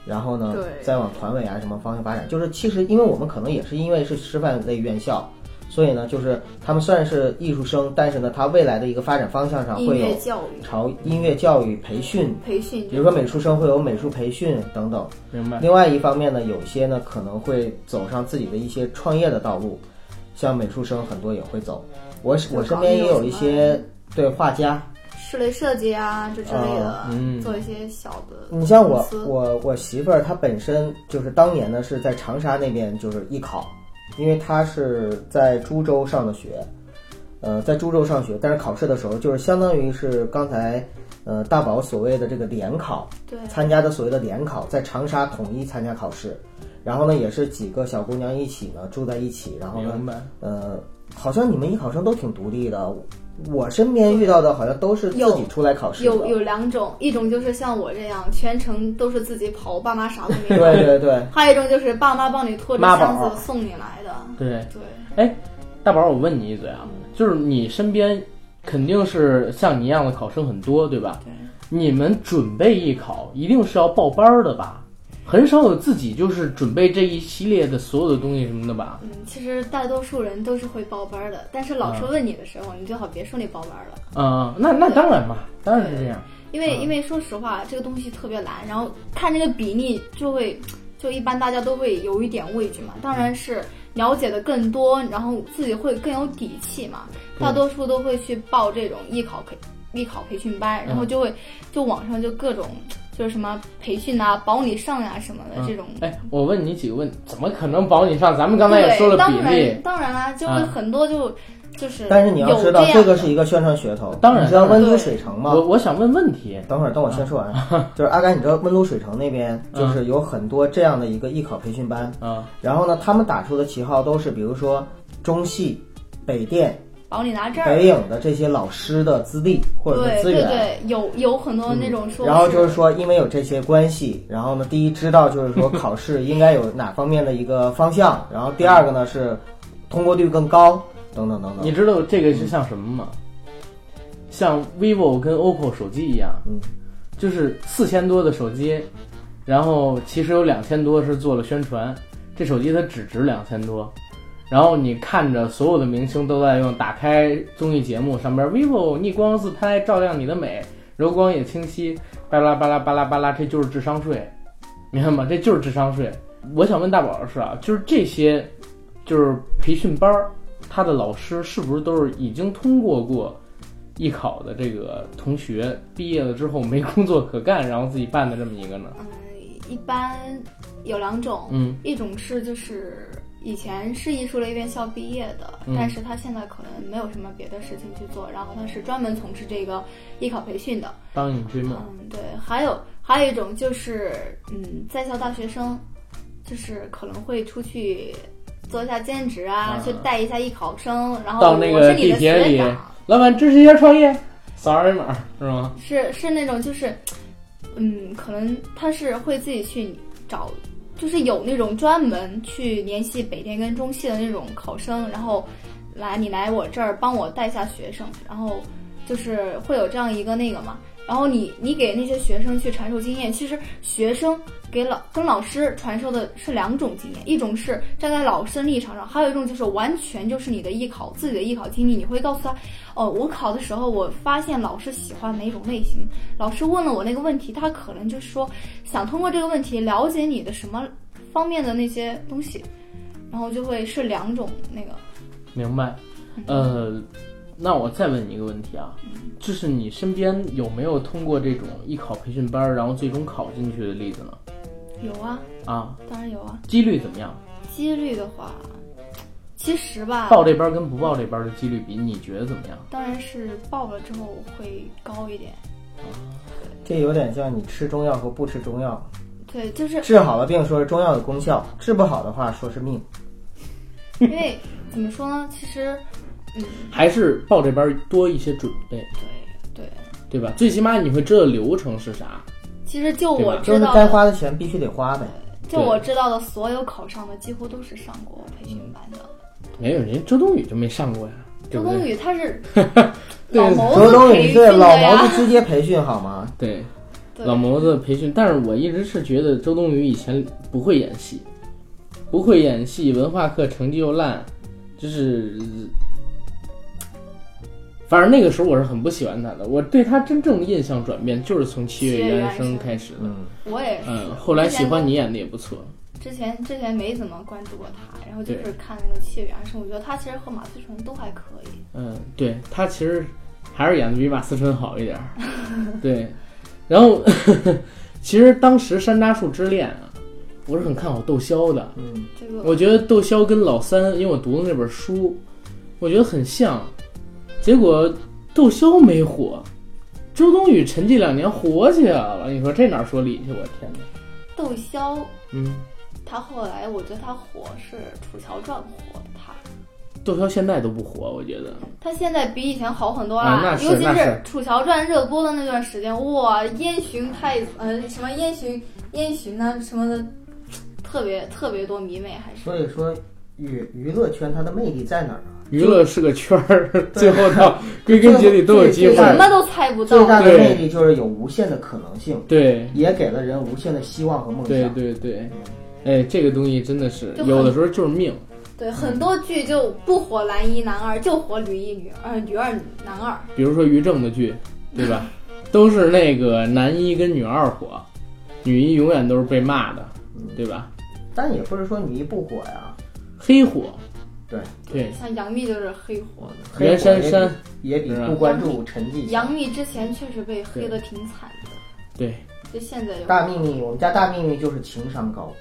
然后呢，对再往团委啊什么方向发展。就是其实，因为我们可能也是因为是师范类院校，所以呢，就是他们虽然是艺术生，但是呢，他未来的一个发展方向上音会有乐教育朝音乐教育培训，培训，比如说美术生会有美术培训等等。明白，另外一方面呢，有些呢可能会走上自己的一些创业的道路，像美术生很多也会走。我我身边也有一些对画家，室内设计啊这之类的，嗯做一些小的公司。你像我我我媳妇儿，她本身就是当年呢是在长沙那边就是艺考，因为她是在株洲上的学，呃，在株洲上学，但是考试的时候就是相当于是刚才呃大宝所谓的这个联考，对，参加的所谓的联考，在长沙统一参加考试，然后呢，也是几个小姑娘一起呢住在一起，然后呢，明白，呃，好像你们艺考生都挺独立的，我我身边遇到的好像都是自己出来考试的，有有两种，一种就是像我这样全程都是自己跑，我爸妈啥都对没有；对对，还有一种就是爸妈帮你拖着妈宝啊箱子送你来的。对。对，哎，大宝，我问你一嘴啊，就是你身边肯定是像你一样的考生很多，对吧？对，你们准备艺考一定是要报班儿的吧？很少有自己就是准备这一系列的所有的东西什么的吧？嗯，其实大多数人都是会报班的，但是老嗯师问你的时候，你最好别说你报班了，啊、那那当然嘛，当然是这样。因为、嗯因为说实话，这个东西特别难，然后看这个比例就会，就一般大家都会有一点畏惧嘛。嗯当然是了解的更多，然后自己会更有底气嘛。对大多数都会去报这种艺考培艺考培训班，嗯然后就会就网上就各种就是什么培训啊、保你上呀、什么嗯的这种。哎，我问你几个问，怎么可能保你上？咱们刚才也说了对，当比例然，当然啦，就会啊很多就、就是嗯但是你要有知道，这这样个的是一个宣传噱头。当然你知道温都对水城吗？我我想问问题，等会儿，等我先说 完。就是阿甘，你知道温都水城那边就是有很多这样的一个艺考培训班，啊然后呢，他们打出的旗号都是比如说中戏、北电、保你拿证儿，北影的这些老师的资历或者是对资对源。嗯对，有有很多那种说、然后就是说，因为有这些关系，然后呢，第一知道就是说考试应该有哪方面的一个方向，然后第二个呢是通过率更高，等等等你等。知道这个是像什么吗？像 vivo 跟 oppo 手机一样，嗯，就是四千多的手机，然后其实有两千多是做了宣传，这手机它只值两千多。然后你看着所有的明星都在用，打开综艺节目上边 vivo 逆光自拍照亮你的美，柔光也清晰，巴拉巴拉巴拉巴拉，这就是智商税，明白吗？这就是智商税。我想问大宝的是啊，就是这些，就是培训班儿，他的老师是不是都是已经通过过艺考的这个同学毕业了之后没工作可干，然后自己办的这么一个呢？嗯、一般有两种，嗯一种是就是以前是艺术类院校毕业的，嗯但是他现在可能没有什么别的事情去做，然后他是专门从事这个艺考培训的。当你追梦，嗯，对，还有还有一种就是嗯，在校大学生，就是可能会出去做一下兼职啊，啊去带一下艺考生，然后到那我个是你地的铁学里长。，老板支持一下创业，扫二维码是吗？是是那种就是，嗯，可能他是会自己去找，就是有那种专门去联系北电跟中戏的那种考生，然后来你来我这儿帮我带一下学生，然后就是会有这样一个那个嘛。然后你你给那些学生去传授经验，其实学生给老跟老师传授的是两种经验，一种是站在老师立场上，还有一种就是完全就是你的艺考自己的艺考经历，你会告诉他哦，我考的时候，我发现老师喜欢哪种类型。老师问了我那个问题，他可能就是说想通过这个问题了解你的什么方面的那些东西，然后就会是两种那个。明白。呃，那我再问你一个问题啊，就是你身边有没有通过这种艺考培训班儿，然后最终考进去的例子呢？有啊，啊，当然有啊。几率怎么样？几率的话，其实吧，报这班儿跟不报这班儿的几率比，你觉得怎么样？当然是报了之后会高一点。这有点像你吃中药和不吃中药，对，就是治好了病说是中药有功效，治不好的话说是命。因 为怎么说呢，其实，嗯，还是报这班儿多一些准备，对对，对吧？最起码你会知道流程是啥。其实就对吧我就知是道该的。花的钱必须得花呗。就我知道的，所有考上的几乎都是上过培训班的。没哎有，人家周冬雨就没上过呀，对周不冬对？雨她 是对老谋周子冬培雨训对老的毛呀，子直接培训好 吗？对，对老谋子培训，但是我一直是觉得周冬雨以前不会演戏，不会演戏，文化课成绩又烂，就是，反正那个时候我是很不喜欢她的。我对她真正的印象转变就是从《七七月月原原声》声开始的。嗯，我也是。嗯，后来喜欢你演的也不错。之前之前没怎么关注过她，然后就对是看那个《七月原声》，我觉得她其实和马思纯都还可以。嗯，对他其实还是演的比马思纯好一点儿。 对，然后其实当时《山楂树之恋》啊，我是很看好窦骁的。嗯这个我觉得窦骁跟老三，因为我读的那本书，我觉得很像。结果窦骁没火，周冬雨沉寂两年火起来了。你说这哪儿说理去？我天哪！窦骁，嗯，她后来我觉得她火是《楚乔传》火的她。窦骁现在都不火，我觉得。她现在比以前好很多啊啦，那是尤其那是《楚乔传》热播的那段时间，哇，烟熏太呃什么啊烟熏烟熏呐什么的，特别特别多迷妹还是。所以说娱娱乐圈它的魅力在哪儿？娱乐是个圈儿， 最后到归根结底都有机对什会。么都猜不最到。大的魅力就是有无限的可能性，对也给了人无限的希望和梦对想。对对，哎，这个东西真的是就很有的时候就是命。对，很多剧就不火男一男二，就火女一女二、女二男二。比如说于正的剧，对吧？都是那个男一跟女二火，女一永远都是被骂的，嗯对吧？但也不是说你一不火呀，黑火，对对，像杨幂就是黑火的，黑火袁姗姗，也比是吧不关注陈迹强。杨幂之前确实被黑的挺惨的，对，就现在有大秘密，我们家大秘密就是情商高，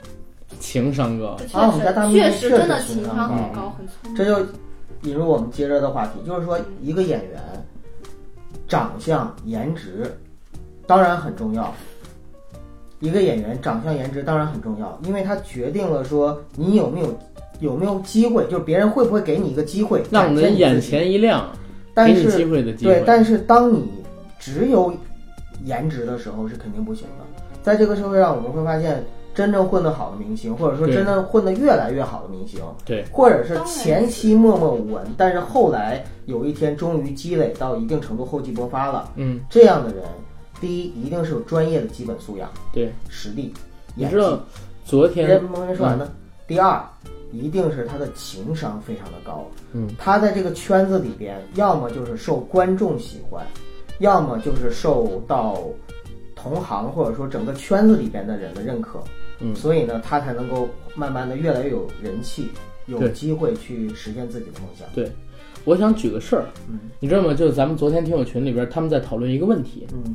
情商高，确实、啊我们家大幂确实确实真的情情商商很高高，很聪明。这就引入我们接着的话题，就是说一个演员长相、颜值当然很重要。一个演员长相、颜值当然很重要，因为它决定了说你有没有有没有机会，就是别人会不会给你一个机会让展人现你眼自己。前一亮，给但你机是会的机对会，。但是当你只有颜值的时候是肯定不行的。在这个社会上，我们会发现，真正混得好的明星，或者说对真正混得越来越好的明星，对，或者是前期默默无闻，但是后来有一天终于积累到一定程度，厚积薄发了，嗯，这样的人，第一一定是有专业的基本素养、对，实力、你演知技。道昨天嗯人没说完呢。第二，一定是他的情商非常的高。嗯，他在这个圈子里边，要么就是受观众喜欢，要么就是受到同行或者说整个圈子里边的人的认可。嗯所以呢，他才能够慢慢的越来越有人气，有对机会去实现自己的梦想。我想举个事儿嗯，你知道吗？就是咱们昨天听友群里边他们在讨论一个问题，嗯，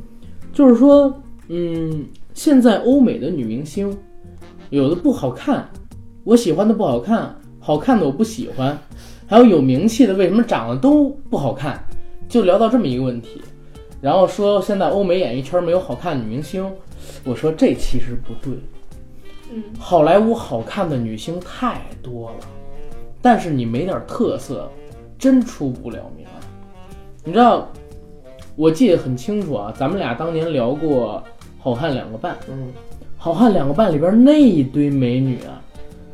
就是说，嗯，现在欧美的女明星有的不好看，我喜欢的不好看，好看的我不喜欢，还有有名气的为什么长得都不好看？就聊到这么一个问题，然后说现在欧美演艺圈没有好看的女明星，我说这其实不对，嗯，好莱坞好看的女星太多了，但是你没点特色，真出不了名儿。你知道，我记得很清楚啊，咱们俩当年聊过《好汉两个半》，嗯， 《好汉两个半》里边那一堆美女啊，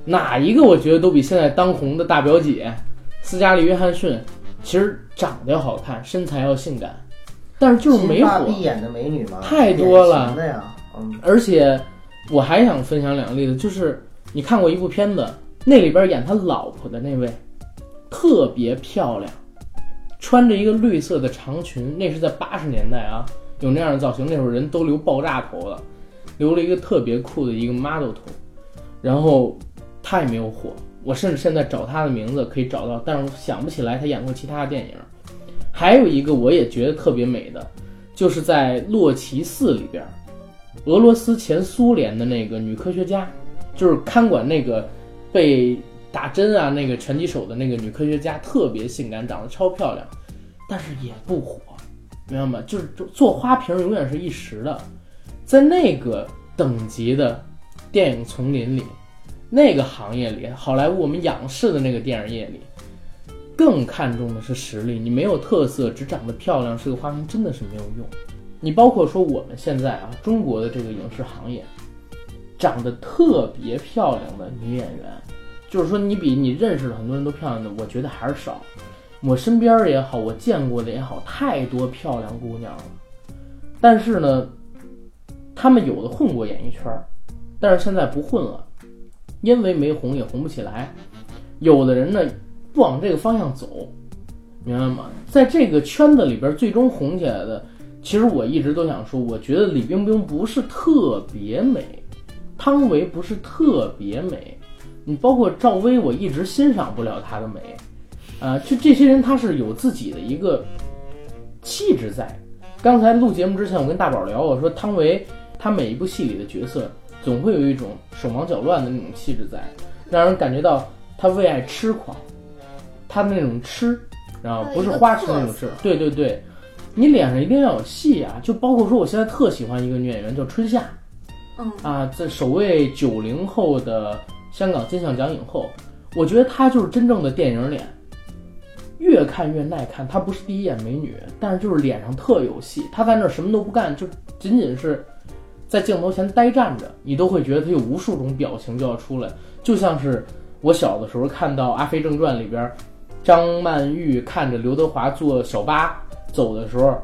哪一个我觉得都比现在当红的大表姐斯嘉丽·约翰逊，其实长得要好看，身材要性感，但是就是没金发火。碧眼的美女嘛，太多了典型的呀。嗯，而且我还想分享两个例子，就是你看过一部片子，那里边演他老婆的那位，特别漂亮，穿着一个绿色的长裙，那是在八十年代啊，有那样的造型，那时候人都留爆炸头了，留了一个特别酷的一个 model 头，然后他也没有火，我甚至现在找他的名字可以找到，但是我想不起来他演过其他的电影。还有一个我也觉得特别美的，就是在《洛奇四》里边，俄罗斯前苏联的那个女科学家，就是看管那个被打针啊那个拳击手的那个女科学家，特别性感，长得超漂亮，但是也不火，明白吗？就是做花瓶永远是一时的，在那个等级的电影丛林里，那个行业里，好莱坞我们仰视的那个电影业里。更看重的是实力，你没有特色，只长得漂亮是个花瓶，真的是没有用。你包括说我们现在啊，中国的这个影视行业，长得特别漂亮的女演员，就是说你比你认识的很多人都漂亮的，我觉得还是少。我身边儿也好，我见过的也好，太多漂亮姑娘了。但是呢，她们有的混过演艺圈儿，但是现在不混了，因为没红也红不起来。有的人呢，不往这个方向走，明白吗？在这个圈子里边儿，最终红起来的其实我一直都想说，我觉得李冰冰不是特别美，汤唯不是特别美，你包括赵薇，我一直欣赏不了她的美，啊、就这些人他是有自己的一个气质在。刚才录节目之前，我跟大宝聊，我说汤唯她每一部戏里的角色总会有一种手忙脚乱的那种气质在，让人感觉到她为爱痴狂，她的那种痴，然后她的不是一个花痴那特种痴色，对对对。你脸上一定要有戏啊！就包括说，我现在特喜欢一个女演员叫春夏，嗯，啊，这首位九零后的香港金像奖影后，我觉得她就是真正的电影脸，越看越耐看。她不是第一眼美女，但是就是脸上特有戏。她在那儿什么都不干，就仅仅是在镜头前呆站着，你都会觉得她有无数种表情就要出来，就像是我小的时候看到《阿飞正传》里边，张曼玉看着刘德华坐小巴走的时候，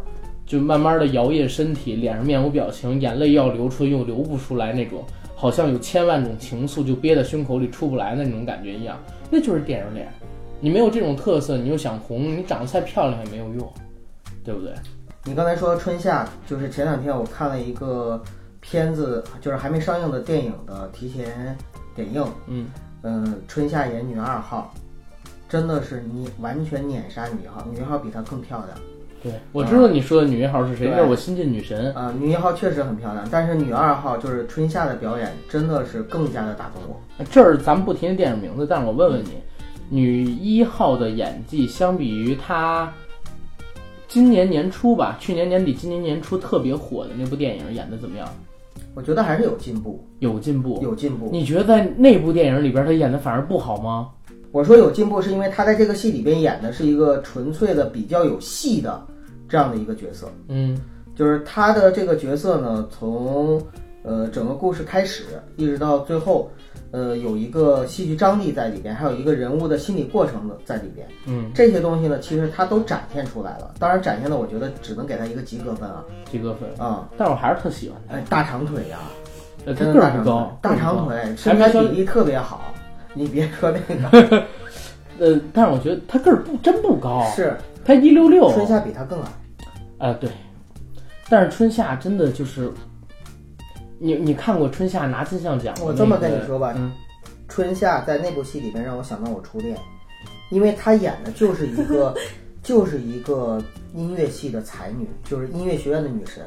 就慢慢的摇曳身体，脸上面无表情，眼泪要流出又流不出来那种，好像有千万种情愫就憋在胸口里出不来的那种感觉一样，那就是电影脸。你没有这种特色，你又想红，你长得再漂亮也没有用， 对不对？你刚才说春夏，就是前两天我看了一个片子，就是还没上映的电影的提前点映，嗯嗯，《春夏野女二号》，真的是你完全碾杀女一号，女一号比她更漂亮。对，我知道你说的女一号是谁，对那是我新晋女神。啊、女一号确实很漂亮，但是女二号就是春夏的表演真的是更加的打动我。这儿咱们不提那电影名字，但是我问问你，女一号的演技相比于她今年年初吧，去年年底、今年年初特别火的那部电影演的怎么样？我觉得还是有进步，有进步。有进步。你觉得在那部电影里边她演的反而不好吗？我说有进步是因为她在这个戏里边演的是一个纯粹的比较有戏的这样的一个角色，嗯就是她的这个角色呢，从呃整个故事开始一直到最后，呃有一个戏剧张力在里边，还有一个人物的心理过程的在里边。嗯，这些东西呢，其实它都展现出来了。当然，展现的我觉得只能给他一个及格分啊及格分。啊！但是我还是特喜欢她哎，大长腿呀、呃，她真个的大儿不长腿高，，大个儿不长高。腿，还身没材比说例特别好。你别说那个，呃，但是我觉得她个儿不真不高，是她一六六。春夏比他更矮。啊，对。但是春夏真的就是，你你看过春夏拿金像奖？我这么跟你，说吧，嗯，春夏在那部戏里面让我想到我初恋，因为她演的就是一 个，就是一个音乐系的才女，就是音乐学院的女神，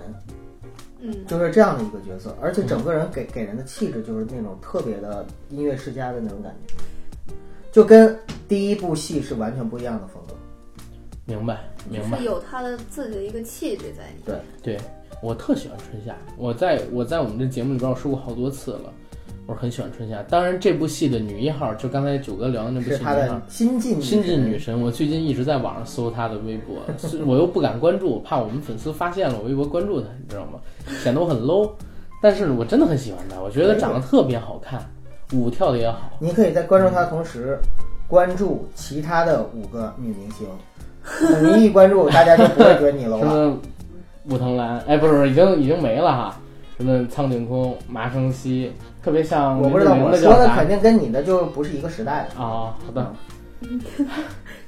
嗯，就是这样的一个角色，而且整个人给给人的气质就是那种特别的音乐世家的那种感觉，就跟第一部戏是完全不一样的风格。明白明白是。有他的自己的一个气质在里面。对我特喜欢春夏，我在我在我们这节目里边我说过好多次了，我很喜欢春夏。当然，这部戏的女一号就刚才九哥聊的那部戏是女她一号的。新晋新晋神女神，我最近一直在网上搜她的微 博，是我又不敢关注，我怕我们粉丝发现了我微博关注她，你知道吗？显得我很 low。但是我真的很喜欢她，我觉得长得特别好看，舞跳的也好，你可以在关注她的同时，关注其他的五个女明星。你一关注，大家就不会追你了 什。么武藤兰，哎，不是不是，已经已经没了哈。什么苍井空、麻生希，特别像我不知道，林志我玲说叫的啥肯定跟你的就不是一个时代的。啊、好的，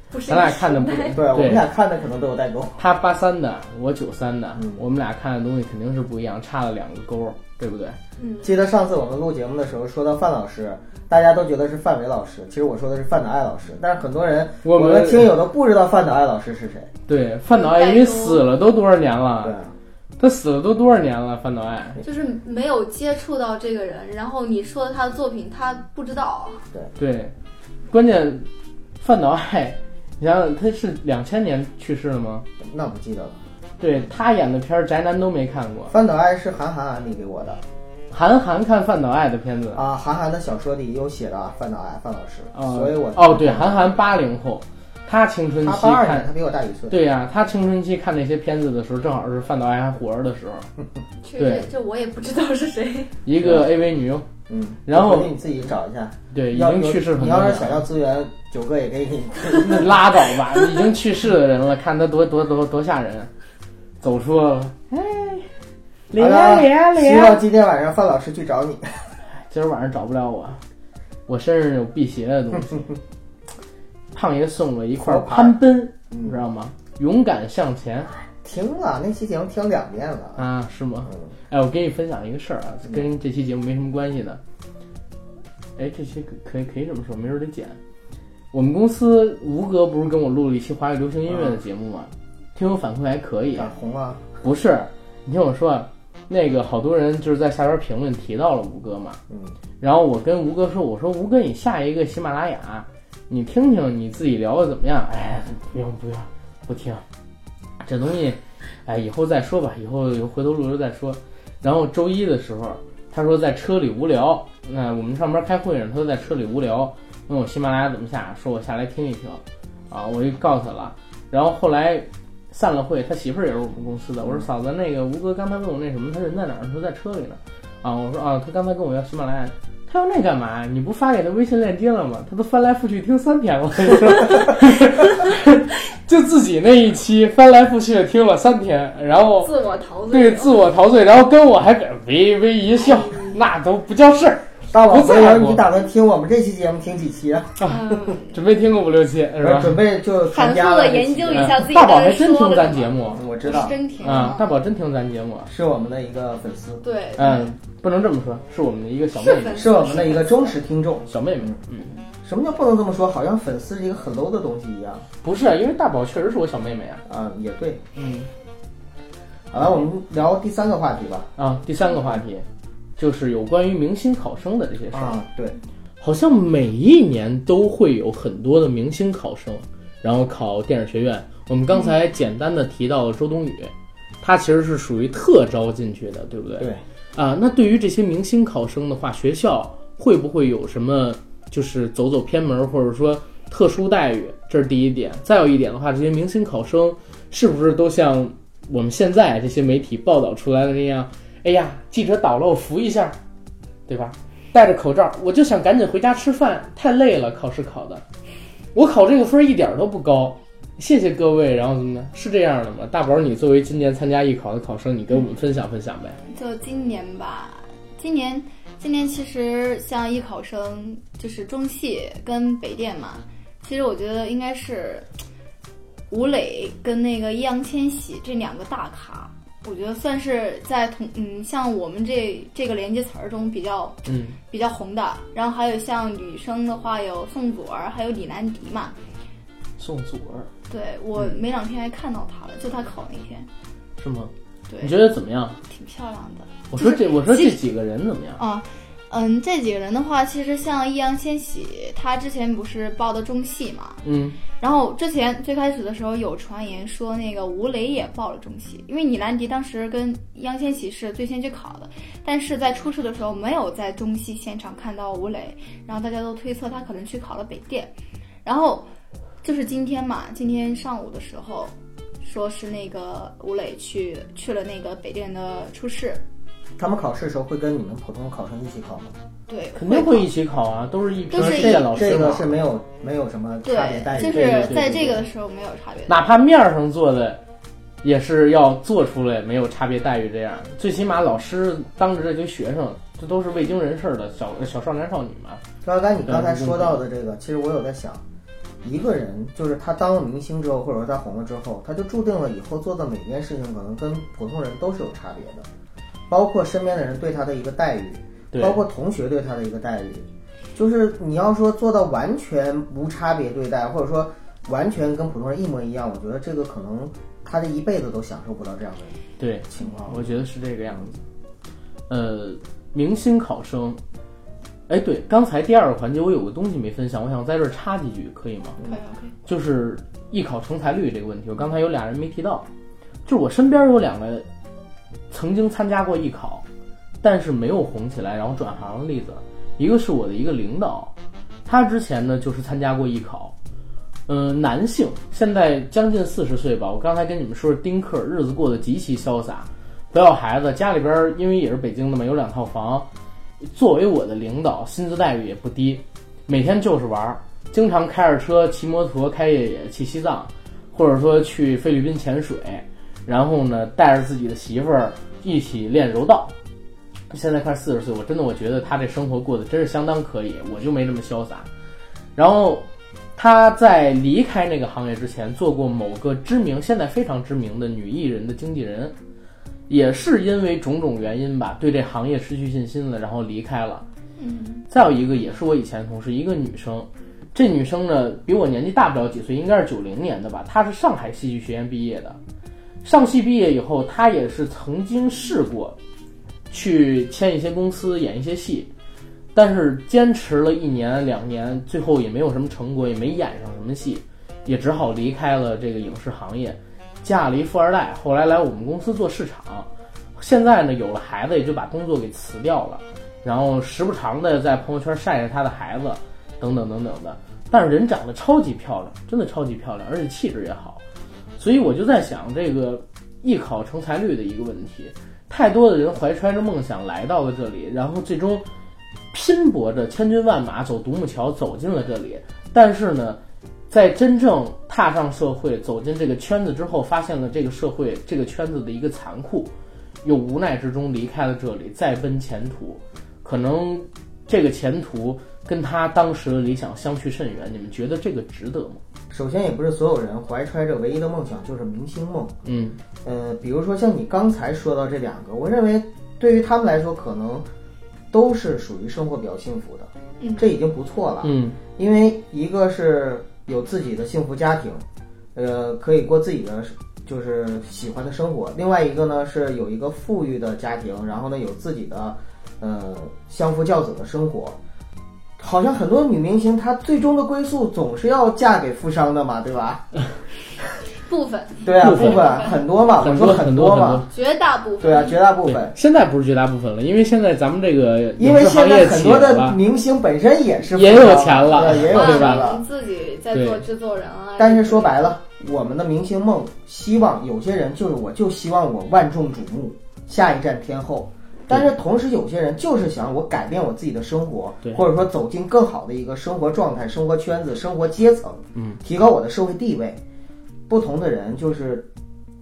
不是咱俩看的 不对，我们俩看的可能都有代沟。他八三的，我九三的，嗯我们俩看的东西肯定是不一样，差了两个勾，对不对？嗯，记得上次我们录节目的时候说到范老师，大家都觉得是范伟老师，其实我说的是范德爱老师，但是很多人我们们听友都不知道范德爱老师是谁。对，范岛爱因为死了都多少年对了？，他死了都多少年了？范岛爱，就是没有接触到这个人，然后你说他的作品，他不知道。对，关键范岛爱，你想想他是两千年去世的吗？那不记得了。对他演的片儿，宅男都没看过。范德爱是韩寒安利给我的韩寒看范岛爱的片子，啊，韩寒的小说里有写到范德爱范老师，啊，所以我哦，对，韩寒八零后，他青春期他看八二年，他比我大一岁。对呀、他青春期看那些片子的时候，正好是范岛爱还活着的时候，这对这这我也不知道是谁。一个 AV 女优，嗯，然后回去你自己找一下，对，已要经去世很你多要年是想要了，资源，九哥也给你。 那拉倒吧，已经去世的人了，看他多多多多吓人，走出了，哎，李好安了李安李希望安，今天晚上范老师去找你。今儿晚上找不了我，我身上有辟邪的东西。胖爷送了一块佛牌攀奔，你嗯知，道吗？勇敢向前听了那期节目听两遍了。啊，是吗？嗯，哎，我跟你分享一个事儿啊，跟这期节目没什么关系的。哎，这期可可以可以这么说，没准儿得剪。我们公司吴哥不是跟我录了一期华语流行音乐的节目吗？听友反馈还可以脸，嗯红了。不是？你听我说，啊，那个好多人就是在下边评论提到了吴哥嘛，嗯，然后我跟吴哥说，我说吴哥，你下一个喜马拉雅，你听听你自己聊的怎么样？哎，不用不用，不听，这东西，哎，以后再说吧，以后有回头路了再说。然后周一的时候，他说在车里无聊，那、我们上班开会呢，他说在车里无聊，问我喜马拉雅怎么下，说我下来听一听，啊，我就告诉他了。然后后来散了会，他媳妇儿也是我们公司的，我说嫂子，那个吴哥刚才问我那什么，他人在哪儿？他说在车里呢。啊，我说啊，他刚才跟我要喜马拉雅他要那干嘛？你不发给他微信链接了吗？他都翻来覆去听三天了， 就自己那一期翻来覆去的听了三天，然哦后自我陶醉，对自我陶醉，然后跟我还在微微一笑，嗯那都不叫事儿。大宝，不在乎回头你打算听我们这期节目听几期啊？嗯，准备听个五六期是吧？准备就反参复加的了这期研究一下自己大宝还在这真听说的咱什节么嗯目我 知道，真甜啊，大宝真听咱节目，啊是我们的一个粉丝，对，嗯，不能这么说，是我们的一个小妹是妹，粉丝，啊是我们的一个忠实听众。小妹妹，嗯，什么叫不能这么说？好像粉丝是一个很 low 的东西一样不是，啊因为大宝确实是我小妹妹啊，啊，也对。嗯，好了，我们聊第三个话题吧。啊，第三个话题就是有关于明星考生的这些事儿。啊，对，好像每一年都会有很多的明星考生，然后考电影学院。我们刚才简单的提到了周冬雨，她其实是属于特招进去的，对不对？对，啊、那对于这些明星考生的话，学校会不会有什么就是走走偏门，或者说特殊待遇？这是第一点。再有一点的话，这些明星考生是不是都像我们现在这些媒体报道出来的那样？哎呀，记者倒了，我扶一下，对吧？戴着口罩，我就想赶紧回家吃饭，太累了，考试考的，我考这个分儿一点儿都不高。谢谢各位，然后怎么呢？是这样的吗？大宝，你作为今年参加艺考的考生，你给我们分享分享呗。就今年吧，今年今年其实像艺考生，就是中戏跟北电嘛，其实我觉得应该是吴磊跟那个易烊千玺这两个大咖，我觉得算是在同嗯，像我们这这个连接词儿中比较嗯，比较红的。然后还有像女生的话，有宋祖儿，还有李兰迪嘛。宋祖儿对我嗯没两天还看到她了，就她考那天，是吗？对 你，觉得怎么样？挺漂亮的。我说这，我说这其实几个人怎么样？啊，嗯，这几个人的话，其实像易烊千玺，他之前不是报的中戏嘛，嗯，然后之前最开始的时候有传言说那个吴磊也报了中戏，因为李兰迪当时跟易烊千玺是最先去考的，但是在初试的时候没有在中戏现场看到吴磊，然后大家都推测他可能去考了北电，然后就是今天嘛，今天上午的时候。说是那个吴磊去去了那个北电的初试，他们考试的时候会跟你们普通考生一起考吗？对，肯定会会一起考啊，都是一平都是时一见老师这嘛个是没有没有什么差别待遇就的。是对在对这个的时候没有差别。哪怕面儿上做的，也是要做出来没有差别待遇这样。最起码老师当着这些学生，这都是未经人事儿的小小少男少女嘛。赵刚，你刚才说到的这个，其实我有在想，一个人就是他当了明星之后，或者说他红了之后，他就注定了以后做的每件事情可能跟普通人都是有差别的，包括身边的人对他的一个待遇，对包括同学对他的一个待遇，就是你要说做到完全无差别对待，或者说完全跟普通人一模一样，我觉得这个可能他这一辈子都享受不到这样的对，情况。我觉得是这个样子。呃，明星考生，哎，对，刚才第二个环节我有个东西没分享，我想在这儿插几句，可以吗？可以可以。就是艺考成才率这个问题，我刚才有俩人没提到，就是我身边有两个曾经参加过艺考，但是没有红起来，然后转行的例子，一个是我的一个领导，他之前呢就是参加过艺考，嗯、男性，现在将近四十岁吧，我刚才跟你们说是丁克，日子过得极其潇洒，不要孩子，家里边儿因为也是北京的嘛，有两套房，作为我的领导，薪资待遇也不低，每天就是玩儿，经常开着车骑摩托开越野去西藏，或者说去菲律宾潜水，然后呢带着自己的媳妇儿一起练柔道。现在快四十岁，我真的我觉得他这生活过得真是相当可以，我就没这么潇洒。然后他在离开那个行业之前，做过某个知名、现在非常知名的女艺人的经纪人，也是因为种种原因吧，对这行业失去信心了，然后离开了。嗯，再有一个也是我以前同事，一个女生，这女生呢比我年纪大不了几岁，应该是九零年的吧，她是上海戏剧学院毕业的。上戏毕业以后，她也是曾经试过去签一些公司演一些戏，但是坚持了一年两年，最后也没有什么成果，也没演上什么戏，也只好离开了这个影视行业，嫁了一富二代，后来来我们公司做市场。现在呢，有了孩子，也就把工作给辞掉了。然后时不常的在朋友圈晒晒她的孩子，等等等等的。但是人长得超级漂亮，真的超级漂亮，而且气质也好。所以我就在想，这个艺考成才率的一个问题，太多的人怀揣着梦想来到了这里，然后最终拼搏着千军万马走独木桥走进了这里，但是呢，在真正踏上社会、走进这个圈子之后，发现了这个社会、这个圈子的一个残酷，又无奈之中离开了这里，再奔前途。可能这个前途跟他当时的理想相去甚远，你们觉得这个值得吗？首先，也不是所有人怀揣着唯一的梦想就是明星梦。嗯呃，比如说像你刚才说到这两个，我认为对于他们来说，可能都是属于生活比较幸福的，嗯这已经不错了。嗯因为一个是有自己的幸福家庭，呃，可以过自己的就是喜欢的生活；另外一个呢是有一个富裕的家庭，然后呢有自己的呃相夫教子的生活。好像很多女明星，她最终的归宿总是要嫁给富商的嘛，对吧？部分对啊，部分不管很多嘛，我很说多很很多嘛，很多绝大部分对啊，绝大部对分，，现在不是绝大部分了，因为现在咱们这个因影为视行现业在很起多来的了，明星本身也是也富商有钱了对也有对钱吧了。自己在做制作人啊，但是说白了，我们的明星梦，希望有些人就是我就希望我万众瞩目，下一站天后。但是同时，有些人就是想我改变我自己的生活对，或者说走进更好的一个生活状态、生活圈子、生活阶层，嗯，提高我的社会地位。不同的人就是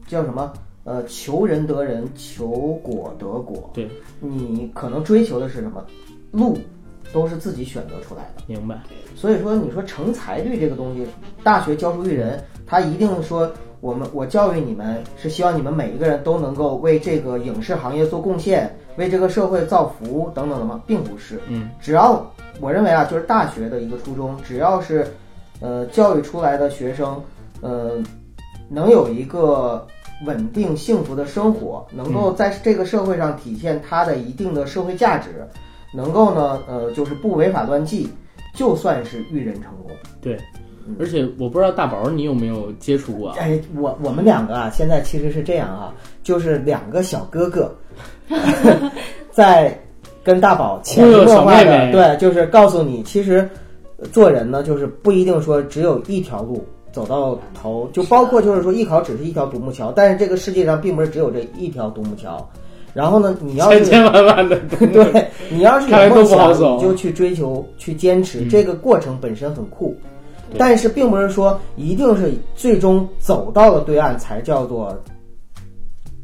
叫什么？呃，求人得人，求果得果。对，你可能追求的是什么？路都是自己选择出来的。明白？所以说，你说成才率这个东西，大学教书育人，他一定说我们我教育你们是希望你们每一个人都能够为这个影视行业做贡献，为这个社会造福等等的吗？并不是，嗯，只要我认为啊，就是大学的一个初衷，只要是呃教育出来的学生，呃，能有一个。稳定幸福的生活，能够在这个社会上体现他的一定的社会价值，能够呢，呃，就是不违法乱纪，就算是育人成功。而且我不知道大宝你有没有接触过啊？哎，我我们两个啊，现在其实是这样啊，就是两个小哥哥 在跟大宝潜移哦默化忽悠小妹的，妹对，就是告诉你，其实呃做人呢，就是不一定说只有一条路走到头，就包括就是说艺考只是一条独木桥，但是这个世界上并不是只有这一条独木桥。然后呢，你要千是千万万 的 对，你要是有看来都梦不好想，走你就去追求、去坚持，嗯这个过程本身很酷。对但是并不是说一定是最终走到了对岸才叫做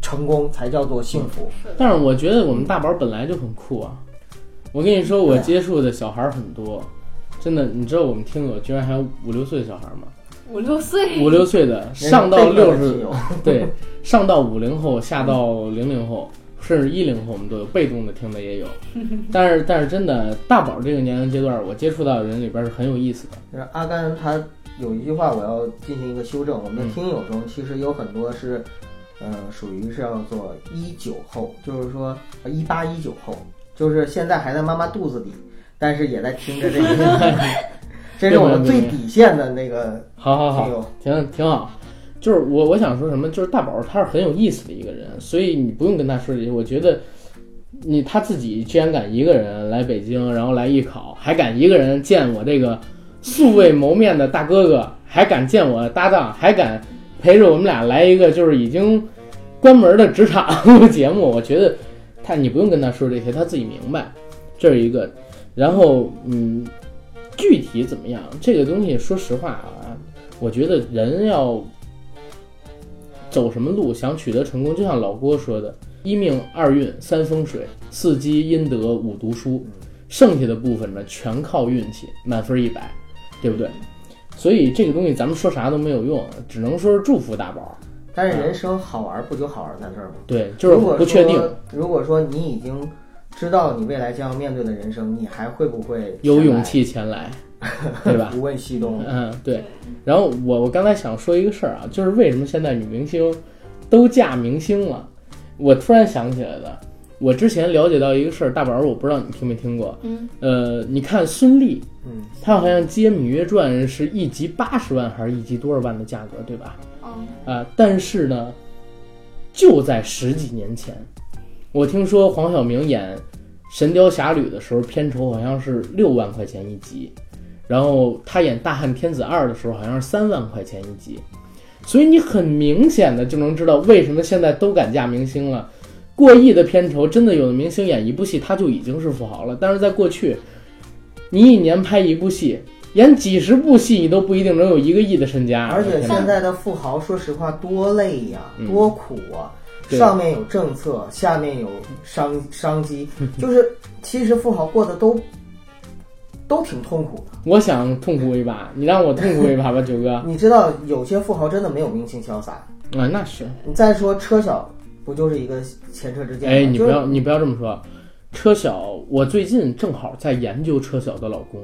成功，才叫做幸福。但是我觉得我们大宝本来就很酷啊！我跟你说，我对啊接触的小孩儿很多，真的，你知道我们听友居然还有五六岁的小孩儿 吗？五六岁五六岁的，上到人家六辈分的十亲，友， 对，上到五零后，下到零零后，甚至一零后，我们都有被动的听的也有。但是但是真的，大宝这个年龄阶段，我接触到的人里边儿是很有意思的。 就是阿甘他有一句话，我要进行一个修正。我嗯们的听友中其实有很多是，呃，属于是叫做一九后，就是说呃一八一九后，就是现在还在妈妈肚子里，但是也在听 着这个，这是我们最底线的那个好好好听，友。挺挺好。就是我我想说什么，就是大宝他是很有意思的一个人，所以你不用跟他说这些。我觉得你他自己居然敢一个人来北京，然后来艺考，还敢一个人见我这个素未谋面的大哥哥，还敢见我搭档，还敢陪着我们俩来一个就是已经关门的职场 节目。我觉得他你不用跟他说这些，他自己明白，这是一个。然后嗯，具体怎么样，这个东西说实话啊，我觉得人要走什么路，想取得成功，就像老郭说的：一命二运三风水，四积阴德五读书，嗯剩下的部分呢，全靠运气，满分一百，对不对？所以这个东西咱们说啥都没有用，只能说是祝福大宝。但是人生好玩不就好玩在这儿吗？对，就是如果不确定，说。如果说你已经知道你未来将要面对的人生，你还会不会有勇气前 来，对吧？不问西东？嗯，对。然后我我刚才想说一个事儿啊，就是为什么现在女明星都嫁明星了？我突然想起来的，我之前了解到一个事儿，大宝儿我不知道你听没听过。嗯，呃，你看孙俪，嗯，她好像接《芈月传》是一集八十万还是一集多少万的价格，对吧？哦嗯，啊，但是呢，就在十几年前，我听说黄晓明演《神雕侠侣》的时候，片酬好像是六万块钱一集，然后他演《大汉天子二》的时候好像是三万块钱一集，所以你很明显的就能知道为什么现在都敢嫁明星了。过亿的片酬，真的有的明星演一部戏他就已经是富豪了。但是在过去，你一年拍一部戏，演几十部戏，你都不一定能有一个亿的身家。而我的且天哪现在的富豪，说实话多累呀、嗯多苦啊！对上面有政策，下面有商 商机，就是其实富豪过得都都挺痛苦的。我想痛苦一把，你让我痛苦一把吧，九 哥。啊，你知道，有些富豪真的没有明星潇洒。那是，你再说车小，不就是一个前车之鉴吗？哎，你就不是要你不要这么说。车晓，我最近正好在研究车晓的老公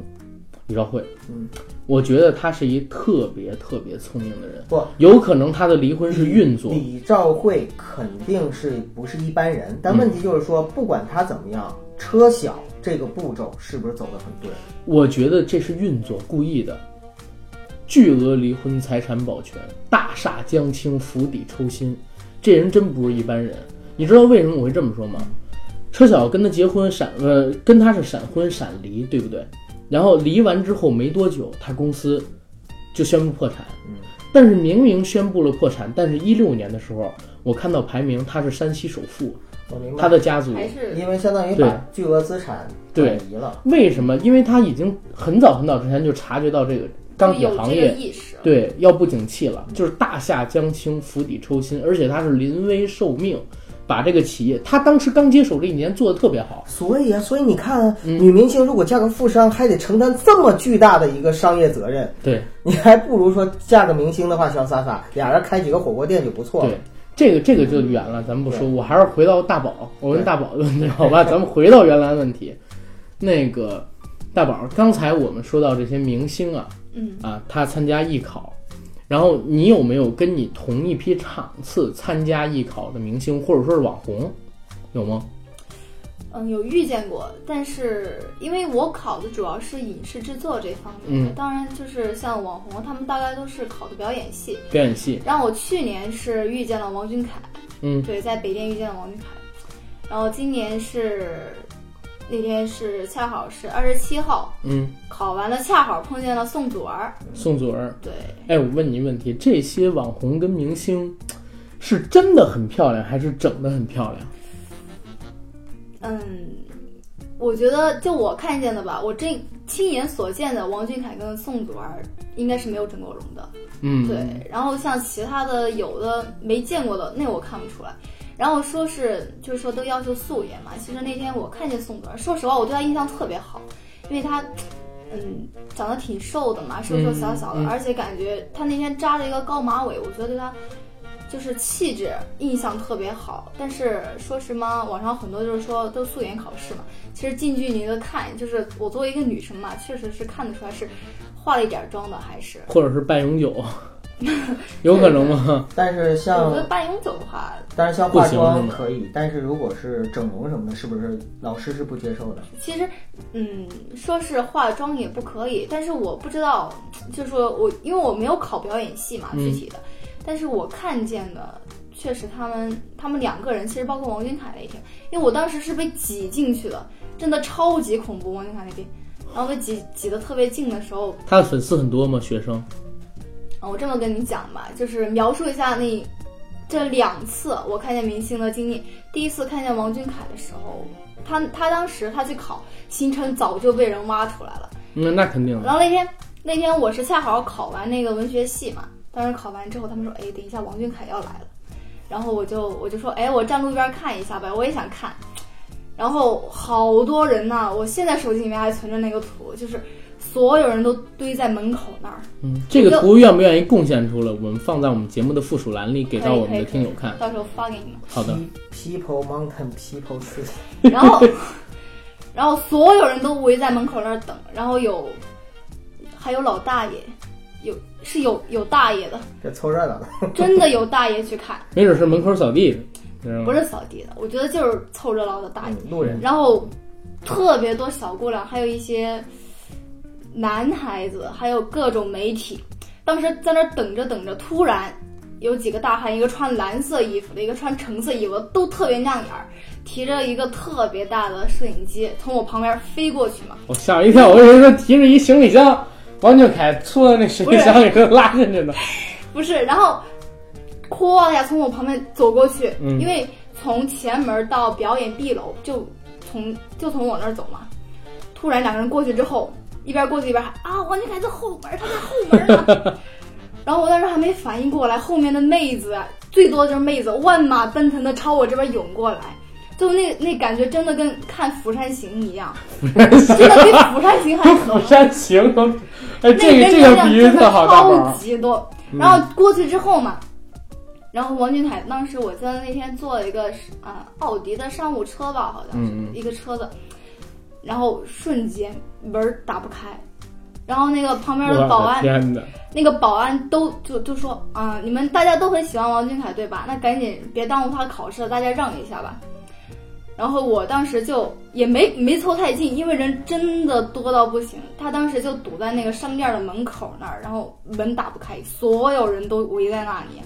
李兆慧。嗯，我觉得他是一特别特别聪明的人。不，有可能他的离婚是运作。李兆慧肯定是不是一般人，嗯但问题就是说，不管他怎么样，车小这个步骤是不是走得很对？我觉得这是运作故意的。巨额离婚财产保全，大厦将倾，釜底抽薪，这人真不是一般人。你知道为什么我会这么说吗？车晓跟他结婚闪呃，跟他是闪婚闪离，对不对？然后离完之后没多久，他公司就宣布破产。嗯但是明明宣布了破产，但是一六年的时候，我看到排名他是山西首富，我明白。他的家族还是因为相当于把巨额资产转移了。为什么？因为他已经很早很早之前就察觉到这个钢铁有行这业个意识。对，要不景气了，就是大厦将倾，釜底抽薪，而且他是临危受命，把这个企业，他当时刚接手这一年做的特别好，所以啊，所以你看啊，嗯女明星如果嫁个富商，还得承担这么巨大的一个商业责任，对你还不如说嫁个明星的话，潇洒洒，俩人开几个火锅店就不错了嗯对。，这个这个就远了，咱们不说，对我还是回到大宝，我问大宝的问题，好吧，咱们回到原来问题，那个大宝，刚才我们说到这些明星啊，嗯啊，他参加艺考，然后你有没有跟你同一批场次参加艺考的明星，或者说是网红，有吗？嗯，有遇见过，但是因为我考的主要是影视制作这方面的，嗯当然就是像网红，他们大概都是考的表演系。表演系，然后我去年是遇见了王俊凯，嗯对，在北电遇见了王俊凯，然后今年是那天是恰好是二十七号，嗯，考完了恰好碰见了宋祖儿，宋祖儿。对，哎，我问你一个问题：这些网红跟明星，是真的很漂亮，还是整的很漂亮？嗯，我觉得就我看见的吧，我这亲眼所见的王俊凯跟宋祖儿应该是没有郑国荣的，嗯，对，。然后像其他的有的没见过的，那我看不出来。然后说是就是说都要求素颜嘛，其实那天我看见宋祖儿，说实话我对她印象特别好，因为她。嗯，长得挺瘦的嘛，瘦瘦小小的，嗯嗯而且感觉她那天扎了一个高马尾，我觉得对她就是气质印象特别好。但是说什么网上很多就是说都素颜考试嘛，其实近距离的看，就是我作为一个女生嘛，确实是看得出来是化了一点妆的，还是或者是半永久， 有可能吗？但是我觉像得半永久的话，但是像化不妆行可以，但是如果是整容什么的，是不是老师是不接受的？其实，嗯，说是化妆也不可以，但是我不知道，就是说我因为我没有考表演系嘛，嗯具体的，但是我看见的确实他们他们两个人，其实包括王俊凯那天，因为我当时是被挤进去的，真的超级恐怖，王俊凯那天，然后被挤挤得特别近的时候，他的粉丝很多吗？学生？啊，我这么跟你讲吧，就是描述一下那这两次我看见明星的经历。第一次看见王俊凯的时候，他他当时他去考，行程早就被人挖出来了。嗯那那肯定的。然后那天那天我是恰好考完那个文学系嘛，当时考完之后，他们说，哎，等一下王俊凯要来了，然后我就我就说，哎，我站路边看一下呗，我也想看。然后好多人呐、我现在手机里面还存着那个图，就是所有人都堆在门口那儿，嗯，这个图愿不愿意贡献出来？我们放在我们节目的附属栏里，给到我们的听友看。到时候发给你们。好的， ，People Mountain People Tree，然后， 然后所有人都围在门口那儿等，然后有，还有老大爷，有是有有大爷的， 这凑热闹的。真的有大爷 去看，没准是门口扫地的，知道吗不是扫地的，我觉得就是凑热闹的大爷。路人然后特别多小姑娘，还有一些男孩子，还有各种媒体。当时在那儿等着等着，突然有几个大汉，一个穿蓝色衣服的，一个穿橙色衣服的，都特别亮眼儿，提着一个特别大的摄影机从我旁边飞过去嘛。我吓我一跳，我以为说提着一行李箱，王俊凯戳到那行李箱里给拉进去呢。 不是，然后咵一下从我旁边走过去，嗯因为。从前门到表演 B 楼，就从就从我那儿走嘛。突然两个人过去之后，一边过去一边喊啊，王俊凯在后门，他在后门呢。然后我当时还没反应过来，后面的妹子啊，最多就是妹子，万马奔腾的朝我这边涌过来，就那那感觉真的跟看《釜山行》一样，真的比《釜山行》还釜狠。山行都，哎，那这个边这流个量比喻真的特好，大宝啊嗯超儿。级多。然后过去之后嘛，然后王俊凯当时我记得那天坐了一个啊、奥迪的商务车吧，好像是、嗯嗯一个车子，然后瞬间门儿打不开，然后那个旁边我的的保安天哪！那个保安都就就说啊、你们大家都很喜欢王俊凯对吧？那赶紧别耽误他考试了，大家让一下吧。然后我当时就也没没凑太近，因为人真的多到不行。他当时就堵在那个商店的门口那儿，然后门打不开，所有人都围在那里，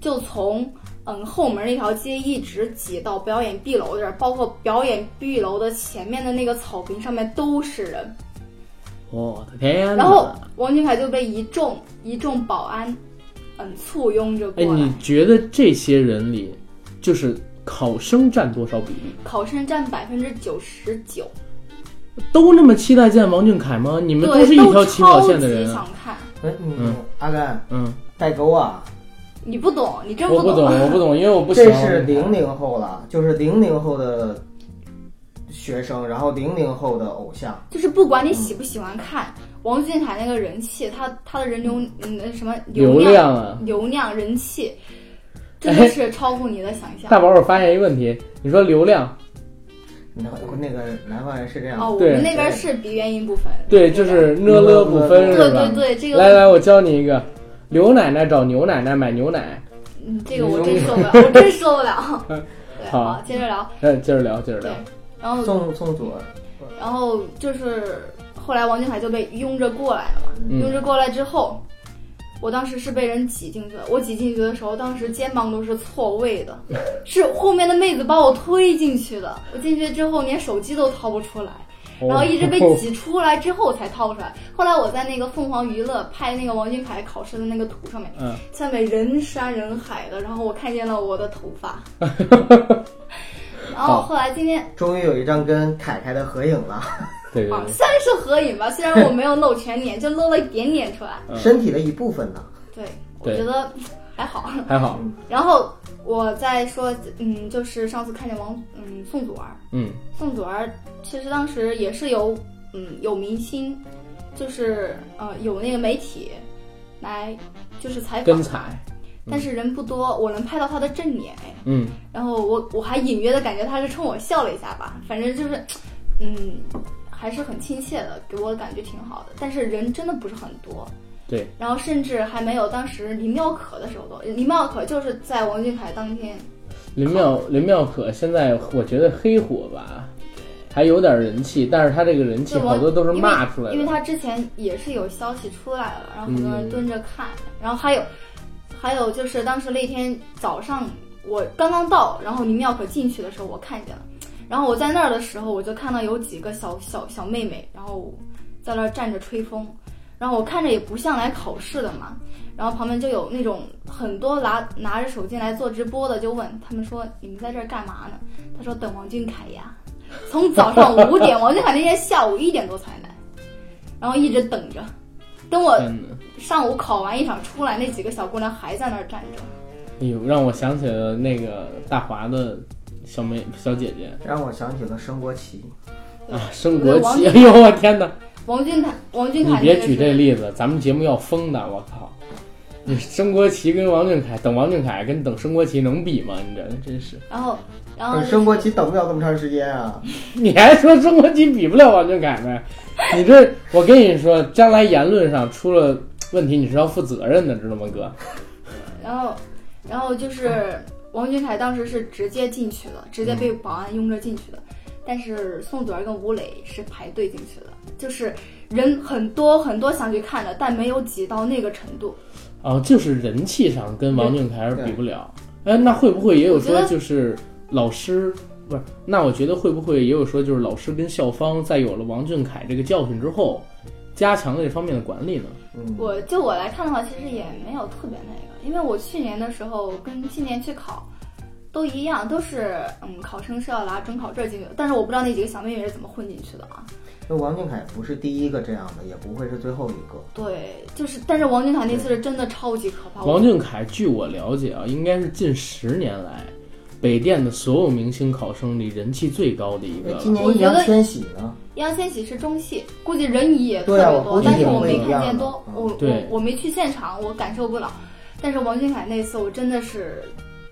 就从嗯后门那条街一直挤到表演 B 楼这儿，包括表演 B 楼的前面的那个草坪上面都是人。我的天哪！然后王俊凯就被一众一众保安，嗯，簇拥着哎，过来你，觉得这些人里，就是考生占多少比例？考生占百分之九十九，都那么期待见王俊凯吗？你们对，是一条起跑线的都超级人啊。想看，哎，你嗯阿甘嗯，代沟啊，你不懂，你真我不懂懂，我不懂，因为我不喜这欢是王俊凯零零后了，就是零零后的学生，然后零零后的偶像。就是不管你喜不喜欢看，王俊凯那个人气，他他的人流，嗯，什么流量、流量啊。量人气，真的是超乎你的想象。哎大宝，我发现一个问题，你说流量，然后那个南方人是这样的哦，我对们那边是鼻元音不分，对，就是呢了不分对是对吧？对，这个来来，我教你一个，刘奶奶找牛奶奶买牛奶。嗯这个我真受不了，我真受 不了。对，好好，接着聊，呃，接着聊，接着聊对。，然后宋宋祖儿，然后就是后来王俊凯就被拥着过来了嘛，嗯拥着过来之后，我当时是被人挤进去的。我挤进去的时候，当时肩膀都是错位的，是后面的妹子把我推进去的。我进去之后，连手机都掏不出来，哦然后一直被挤出来之后才掏出来。后来我在那个凤凰娱乐拍那个王俊凯考试的那个图上面，嗯下面人山人海的，然后我看见了我的头发。然后后来今天终于有一张跟凯凯的合影了，对对啊，对，算是合影吧，虽然我没有露全 脸，就露了一点点出来。嗯身体的一部分呢。对，我对觉得还好。嗯还好。然后我再说，嗯，就是上次看见王，嗯，宋祖儿，嗯，宋祖儿其实当时也是有，嗯，有明星，就是呃有那个媒体来就是采跟访，彩。但是人不多，我能拍到他的正脸，哎，嗯，然后我我还隐约的感觉他是冲我笑了一下吧，反正就是，嗯，还是很亲切的，给我的感觉挺好的。但是人真的不是很多，对。然后甚至还没有当时林妙可的时候多，林妙可就是在王俊凯当天，林妙林妙可现在我觉得黑火吧，还有点人气，但是他这个人气就好王多都是骂出来因为的。他之前也是有消息出来了，然后很嗯多人蹲着看，然后还有还有就是当时那天早上我刚刚到，然后林妙可进去的时候我看见了，然后我在那儿的时候我就看到有几个小小小妹妹，然后在那儿站着吹风，然后我看着也不像来考试的嘛，然后旁边就有那种很多拿拿着手机来做直播的，就问他们说你们在这儿干嘛呢？他说等王俊凯呀，从早上五点，王俊凯那天下午一点多才来，然后一直等着，等我天哪！上午考完一场出来，那几个小姑娘还在那儿站着。哎呦，让我想起了那个大华的小妹小姐姐让我想起了升国旗，啊，升国王旗！哎呦，我天哪！王俊凯，王俊你凯那别个举是这例子，咱们节目要封的，我 靠！你升国旗跟王俊凯等王俊凯跟等升国旗能比吗？你这真是，然后然后可就是哦是升国旗等不了这么长时间啊。 你还说升国旗比不了王俊凯呗？你这，我跟你说，将来言论上出了问题，你是要负责任的，知道吗，哥？然后，然后就是王俊凯当时是直接进去的，直接被保安拥着进去的。但是宋祖儿跟吴磊是排队进去的，就是人很多很多想去看的，但没有挤到那个程度。哦，就是人气上跟王俊凯是比不了。哎，那会不会也有我说觉得就是老师不是？那我觉得会不会也有说就是老师跟校方在有了王俊凯这个教训之后，加强了这方面的管理呢？嗯，我就我来看的话，其实也没有特别那个，因为我去年的时候跟今年去考，都一样，都是嗯考生是要拿准考证进去的。但是我不知道那几个小妹妹是怎么混进去的啊。那王俊凯不是第一个这样的，也不会是最后一个。对，就是，但是王俊凯那次是真的超级可怕。王俊凯，据我了解啊，应该是近十年来北电的所有明星考生里人气最高的一个哎了。今年我易觉得烊千玺呢？易烊千玺是中戏，估计人也特对啊别我估多，计但是也我没会一看样见的多，嗯我我对我没去现场，我感受不了。但是王俊凯那次我真的是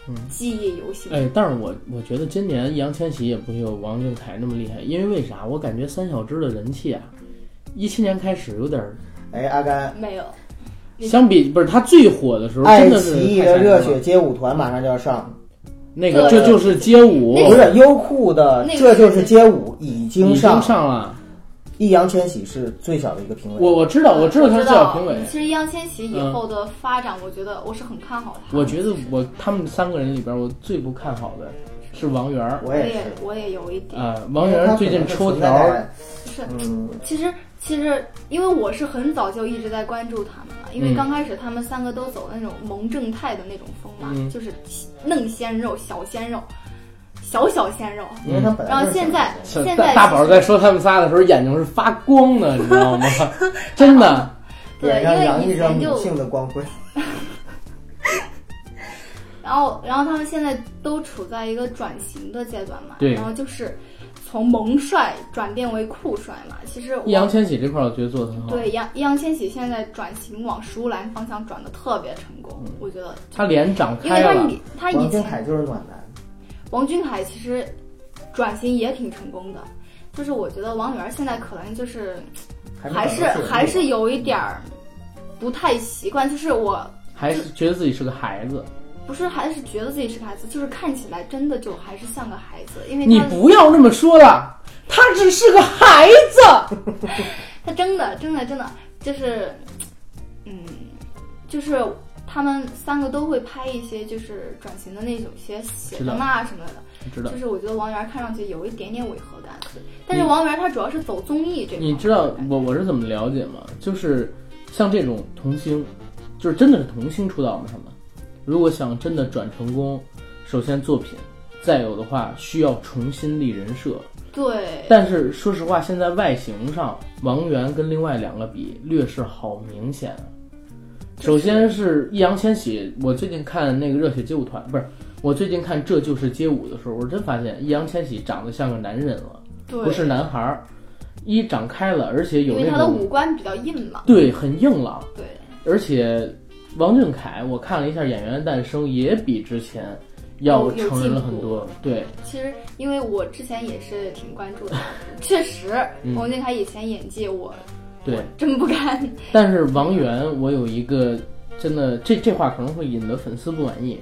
嗯记忆犹新。哎，但是我我觉得今年易烊千玺也不会有王俊凯那么厉害，因为为啥？我感觉三小只的人气啊，一七年开始有点儿，哎，阿甘，没有，相比不是他最火的时候，爱真的是奇艺太的吓人了热血街舞团马上就要上，那个，对这就是街舞，不是优酷的那这个就是是街舞已已经经上，上了。易烊千玺是最小的一个评委。我我知道，我知道他是最小评委。其实易烊千玺以后的发展，我觉得我是很看好他的。我觉得我他们三个人里边，我最不看好的是王源儿。我我也也是，我也有一点，呃，王源儿最近抽条他可儿，嗯能就是是存在，其实其实因为我是很早就一直在关注他们了，嗯因为刚开始他们三个都走那种萌正太的那种风嘛，嗯就是嫩鲜肉、小鲜肉、小小鲜肉。嗯，因为他本来然后就是现在是现大在大宝在说他们仨的时候，眼睛是发光的，你知道吗？真的，对，脸因上为洋以溢着前母就性的光辉。然后，然后他们现在都处在一个转型的阶段嘛，对然后就是从萌帅转变为酷帅嘛。其实我易烊千玺这块儿我觉得做的很好，对易烊易烊千玺现在转型往熟男方向转的特别成功，我觉得，他脸长因嗯为开他了，以他王以俊前凯就是暖男，王俊凯其实转型也挺成功的，就是我觉得王源现在可能就是还是是还是有一点儿不太习惯，就是我还是觉得自己是个孩子。不是还是觉得自己是个孩子，就是看起来真的就还是像个孩子，因为你他不要那么说了，他只是个孩子。他真的真的真的就是，嗯，就是他们三个都会拍一些就是转型的那种些写知道的嘛什么的。知道就，是我觉得王源看上去有一点点违和感，但是王源他主要是走综艺这块。你知道我我是怎么了解吗？就是像这种童星，就是真的是童星出道吗？他们如果想真的转成功，首先作品，再有的话需要重新立人设。对，但是说实话，现在外形上，王源跟另外两个比，劣势好明显啊。首先是易烊千玺，我最近看那个热血街舞团，不是我最近看《这就是街舞》的时候，我真发现易烊千玺长得像个男人了，对，不是男孩儿。一长开了，而且因有为那他的种五官比较硬嘛。对很硬朗，对，而且王俊凯，我看了一下《演员的诞生》，也比之前要有有成人了进很步多。对，其实因为我之前也是挺关注的，确实嗯王俊凯以前演技我对我真不敢。但是王源，我有一个真的，这这话可能会引得粉丝不满意。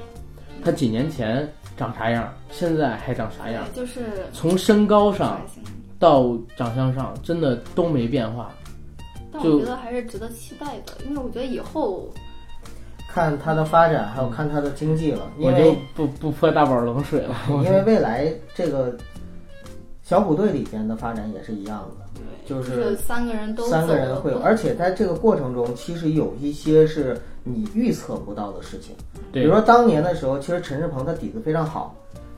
他几年前长啥样，现在还长啥样？就是从身高哎上转型，到长相上，真的都没变化。但就我觉得还是值得期待的，因为我觉得以后看他的发展，还有看他的经济了，因我就为不不泼大宝冷水了。我因为未来这个小虎队里边的发展也是一样的，就就是是三个人都三走个了人会有，不而且在这个过程中，其实有一些是你预测不到的事情，比对如，说当年的时候，其实陈志朋他底子非长好，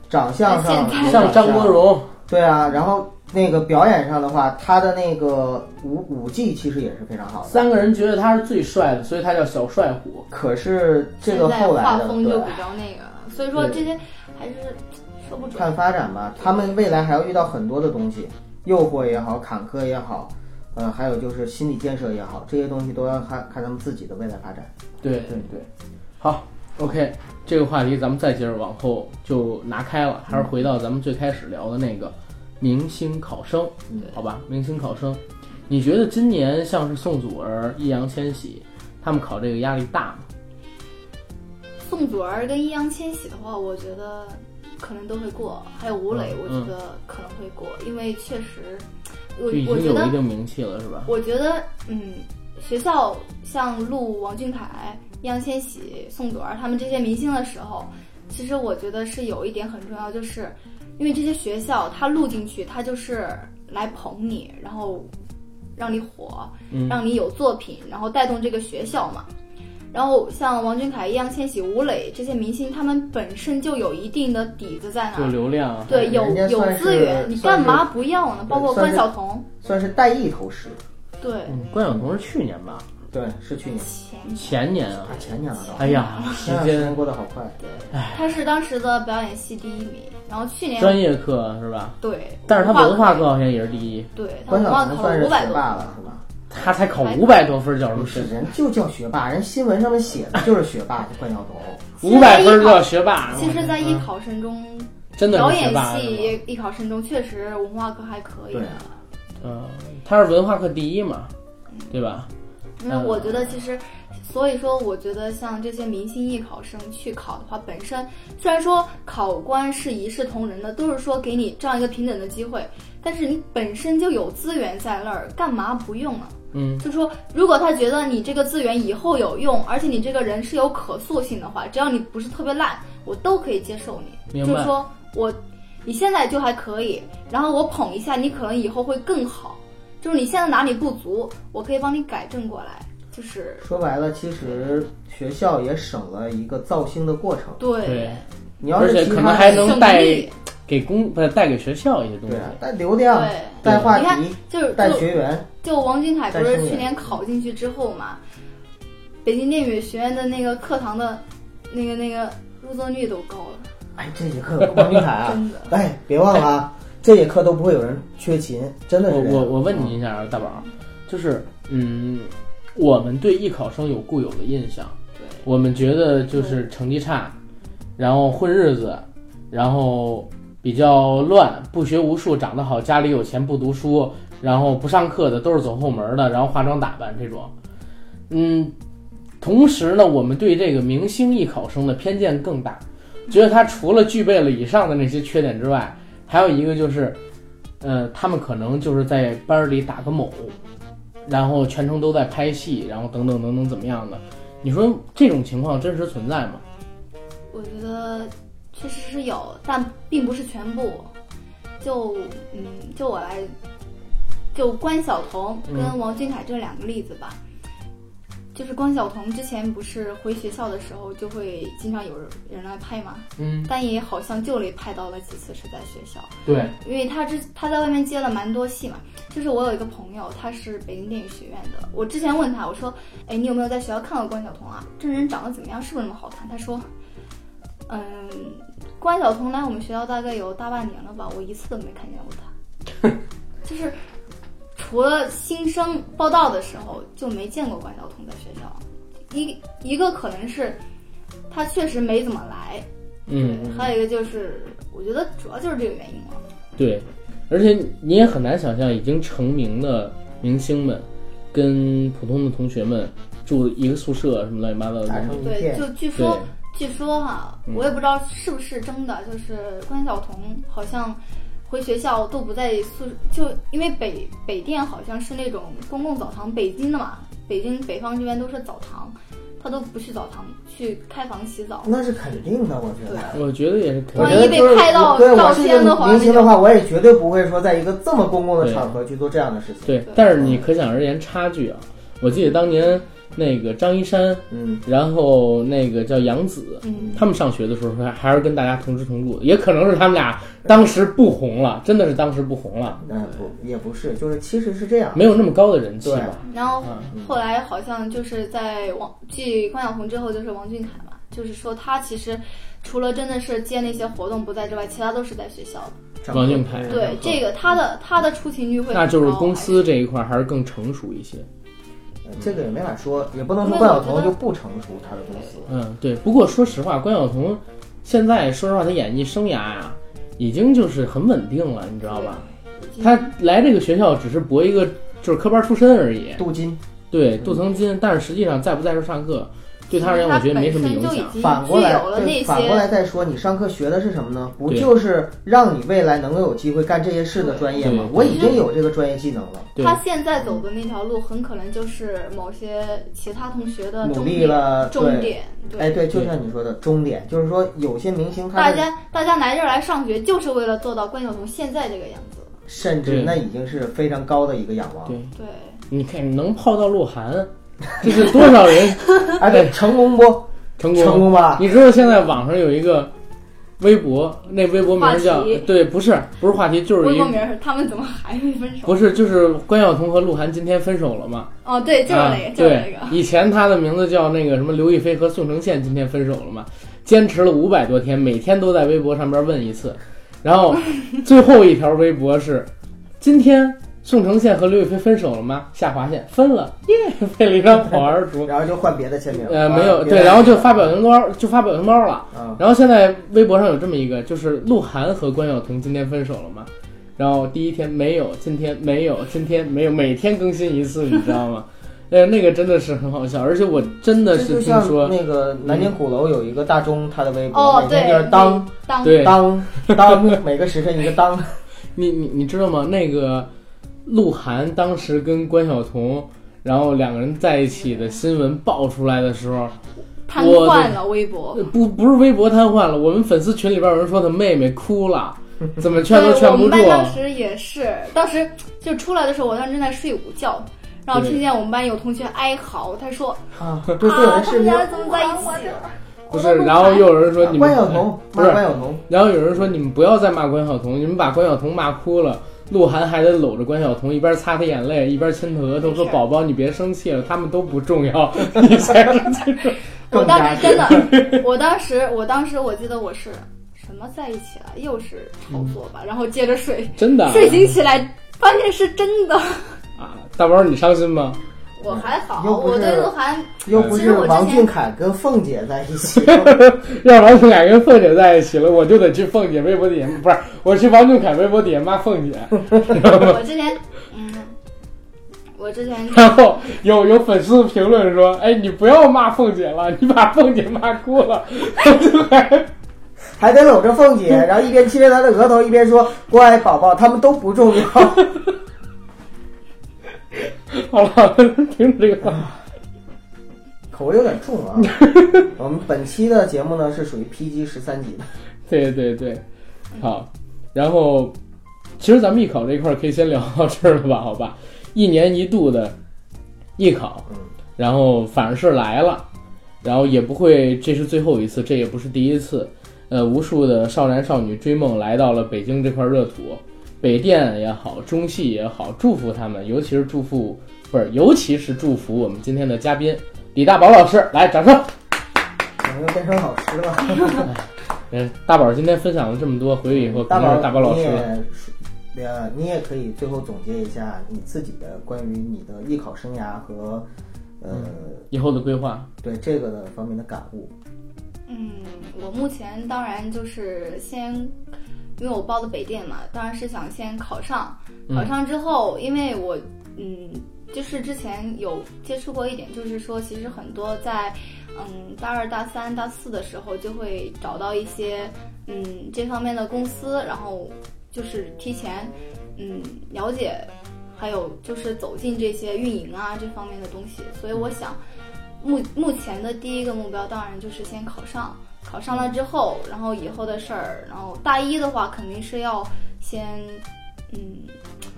长相上但现在像张国，荣，对啊，然后那个表演上的话，他的那个舞舞技其实也是非常好的，三个人觉得他是最帅的，所以他叫小帅虎。可是这个现在后来画的风就对比。较那个了，所以说对这些还是说不准。看发展吧，他们未来还要遇到很多的东西，诱惑也好，坎坷也好，呃，还有就是心理建设也好，这些东西都要看看他们自己的未来发展。对对对，好，OK，这个话题咱们再接着往后就拿开了，还是回到咱们最开始聊的那个明星考生，嗯好吧？明星考生，你觉得今年像是宋祖儿、易烊千玺他们考这个压力大吗？宋祖儿跟易烊千玺的话，我觉得可能都会过，还有吴磊，嗯我觉得可能会过，因为确实，我就已我经觉有一得，定名气了，是吧？我觉得，嗯，学校像录王俊凯、易烊千玺、宋祖儿他们这些明星的时候，其实我觉得是有一点很重要，就是因为这些学校他录进去，他就是来捧你，然后让你火，嗯让你有作品，然后带动这个学校嘛。然后像王俊凯、易烊千玺、吴磊这些明星，他们本身就有一定的底子在那有儿，流量啊，对，有人家有算是资源，你算干是嘛不要呢？包括算是关晓彤，算是带艺投食。对，嗯关晓彤是去年吧，对，是去年前前年啊啊，，前年了都。哎呀，时前两间年过得好快。对，他是当时的表演系第一名，然后去年专业课是吧？对，但是他文化课课好像也是第一，对，他关文晓化彤考算是了五百学多霸分，了，是吧？他才考五百多分儿叫什不么是学？人就叫学霸，人新闻上面写的就是学霸，关晓彤。五百分儿就叫学霸，其实，在艺考生中，嗯真的表是学演霸。是吗系艺考生中确实文化课还可以对的。啊嗯，他是文化课第一嘛，对吧？因为嗯我觉得其实，所以说我觉得像这些明星艺考生去考的话，本身虽然说考官是一视同仁的，都是说给你这样一个平等的机会，但是你本身就有资源在那儿，干嘛不用呢？啊嗯，就说如果他觉得你这个资源以后有用，而且你这个人是有可塑性的话，只要你不是特别烂，我都可以接受你。明就白是说我你现在就还可以，然后我捧一下，你可能以后会更好。就是你现在哪里不足，我可以帮你改正过来。就是说白了，其实学校也省了一个造星的过程。对对，你要是而且其可他能还的能省带力给公不是带给学校一些东西对。啊，带流量、对带话你看题、就是带就学员，就王俊凯不带是生源去年考进去之后嘛，北京电影学院的那个课堂的那个那个入座率都高了，哎，这节课王俊凯啊， 真的。哎，别忘了啊，这节课都不会有人缺勤，真的我是这样我我问你一下啊，大宝儿，就是嗯，我们对艺考生有固有的印象，对我们觉得就是成绩差，然后混日子，然后比较乱，不学无术，长得好，家里有钱不读书，然后不上课的都是走后门的，然后化妆打扮这种。嗯，同时呢，我们对这个明星艺考生的偏见更大，觉得他除了具备了以上的那些缺点之外，还有一个就是，呃，他们可能就是在班儿里打个某，然后全程都在拍戏，然后等等等等怎么样的。你说这种情况真实存在吗？我觉得确实是有，但并不是全部。就嗯，就我来，就关晓彤跟王俊凯这两个例子吧。就是关晓彤之前不是回学校的时候，就会经常有人来拍嘛，嗯，但也好像就被拍到了几次是在学校，对，因为他之他在外面接了蛮多戏嘛。就是我有一个朋友，他是北京电影学院的，我之前问他，我说，哎，你有没有在学校看过关晓彤啊？这人长得怎么样？是不是那么好看？他说，嗯，关晓彤来我们学校大概有大半年了吧，我一次都没看见过她，就是除了新生报道的时候就没见过关晓彤在学校。一一个可能是她确实没怎么来，嗯，还有一个就是我觉得主要就是这个原因啊了。对，而且你也很难想象已经成名的明星们跟普通的同学们住一个宿舍，什么乱七八糟打的东西。成一对，片，就据对嗯说。据说哈，我也不知道是不是真的，就是关晓彤好像回学校都不在宿，就因为北北电好像是那种公共澡堂，北京的嘛，北京北方这边都是澡堂，她都不去澡堂去开房洗澡。啊那是肯定的，我觉得。我觉得也是肯我万觉定一得的。就被是拍到对我照是一片的个话明星的那就话，我也绝对不会说在一个这么公共的场合去做这样的事情。对，但是你可想而知差距啊！我记得当年那个张一山，嗯，然后那个叫杨紫，嗯，他们上学的时候还还是跟大家同吃同住，也可能是他们俩当时不红了，真的是当时不红了，那不也不是，就是其实是这样。没有那么高的人气吧？ 然后嗯后来好像就是在王继关晓彤之后，就是王俊凯嘛，就是说他其实除了真的是接那些活动不在之外，其他都是在学校的。王俊凯对这个，他的他的出勤率会嗯那很就是高公还司这一块还是更成熟一些。呃这个也没法说，也不能说关晓彤就不成熟他的公司。嗯，对。不过说实话，关晓彤现在说实话，她演艺生涯呀，已经就是很稳定了，你知道吧？她来这个学校只是博一个就是科班出身而已，镀金，对，镀层金。但是实际上在不在这上课，对她而言，嗯我觉得没什么影就响。已经具反过来有了那对，些，反过来再说，你上课学的是什么呢？不对就是让你未来能够有机会干这些事的专业吗对？我已经有这个专业技能了，对他现在走的那条路，很可能就是某些其他同学的努终力点。了，终对，点，哎，对，对，就像你说的终点，就是说有些明星他大的家大家来这儿来上学，就是为了做到关晓彤现在这个样子。甚至对那已经是非常高的一个仰望对。对，你看，能泡到鹿晗，这是多少人哎，对，成功不？成功？成功吧？你知道现在网上有一个微博，那微博名叫话题对，不是不是话题，就是微一博名儿是他们怎么还没分手？不是就是关晓彤和鹿晗今天分手了嘛？哦，对，就是那个，啊、就是那对个，，以前他的名字叫那个什么刘亦菲和宋承宪，今天分手了嘛？坚持了五百多天，每天都在微博上边问一次，然 后最后一条微博是：今天宋承宪和刘亦菲分手了吗？下划线分了，耶，配了一张好玩儿图。然后就换别的签名。呃，啊没有别的对，然后就发表情包，就发表情包了。啊，然后现在微博上有这么一个，就是鹿晗和关晓彤今天分手了吗？然后第一天没有，今天没有，今天没有，每天更新一次，你知道吗？ 呃，那个真的是很好笑，而且我真的这就是像听说，嗯那个南京鼓楼有一个大钟，他的微博，哦，每天就对是，当那当对，当 当，每个时辰一个当。你你你知道吗？那个鹿晗当时跟关晓彤，然后两个人在一起的新闻爆出来的时候，瘫我的痪了微博。呃不不是微博瘫痪了，我们粉丝群里边有人说他妹妹哭了，怎么劝都对劝我不哎们住啊班。当时也是，当时就出来的时候，我当时正在睡午觉，然后听见我们班有同学哀嚎，他说啊，对，这啊，有人他视们频。俩怎么在一起？不是，然后又有人说你们关晓彤，不骂是哎关晓彤，然后有人说你们不要再骂关晓彤，你们把关晓彤骂哭了。鹿晗还得搂着关晓彤，一边擦她眼泪，一边亲她额头，说：“没事宝宝，你别生气了，他们都不重 要，你才是最重要。我更当加时真的，我当时，我当时我记得我是什么在一起了，又是炒嗯作吧，然后接着睡，” 真的啊睡醒起来发现是真的。啊！大宝，你伤心吗？我还好，又不我是对鹿 晗又不其实是我之前王俊凯跟凤姐在一起， 要王俊凯跟凤姐在一起了，我就得去凤姐微博底下，不是我去王俊凯微博底下骂凤姐。 我之前，嗯，我之前然后有有粉丝评论说：“哎，你不要骂凤姐了，你把凤姐骂哭了。” 王俊凯还得搂着凤姐，然后一边亲着她的额头，一边说：“乖宝宝，他们都不重要。 好了，停止这个话题。”口味有点重啊。我们本期的节目呢是属于 PG 十三级的， 对对对，好，然后其实咱们艺考这一块儿可以先聊到这儿了吧？好吧，一年一度的艺考嗯，然后反而是来了，然后也不会这是最后一次，这也不是第一次，呃，无数的少男少女追梦来到了北京这块热土，北电也好，中戏也好，祝福他们，尤其是祝福不是，尤其是祝福我们今天的嘉宾李大宝老师，来掌声。我们又变成老师了。嗯，大宝今天分享了这么多，回去以后肯定嗯宝，是大宝老师你了。也是呃，你也可以最后总结一下你自己的关于你的艺考生涯和呃、以后的规划，对这个的方面的感悟。嗯，我目前当然就是先，因为我报的北电嘛，当然是想先考上。考上之后，因为我嗯，就是之前有接触过一点，就是说其实很多在嗯大二、大三、大四的时候就会找到一些嗯这方面的公司，然后就是提前嗯了解，还有就是走进这些运营啊这方面的东西，所以我想。目目前的第一个目标当然就是先考上，考上了之后，然后以后的事儿，然后大一的话肯定是要先，嗯，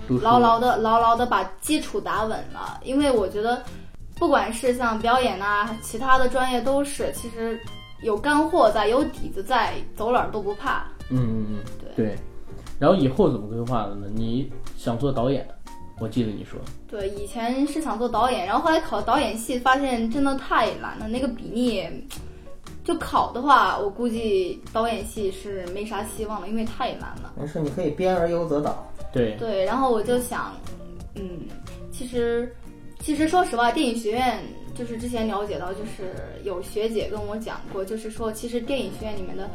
读书牢牢的牢牢的把基础打稳了，因为我觉得，不管是像表演呐、其他的专业都是，其实有干货在，有底子在，走哪儿都不怕。嗯嗯嗯，对。然后以后怎么规划的呢？你想做导演，我记得你说，对，以前是想做导演，然后后来考导演系，发现真的太难了，那个比例，就考的话，我估计导演系是没啥希望了，因为太难了。没事，你可以编而优则导。对，对，然后我就想，嗯，其实，其实说实话，电影学院就是之前了解到，就是有学姐跟我讲过，就是说，其实电影学院里面的，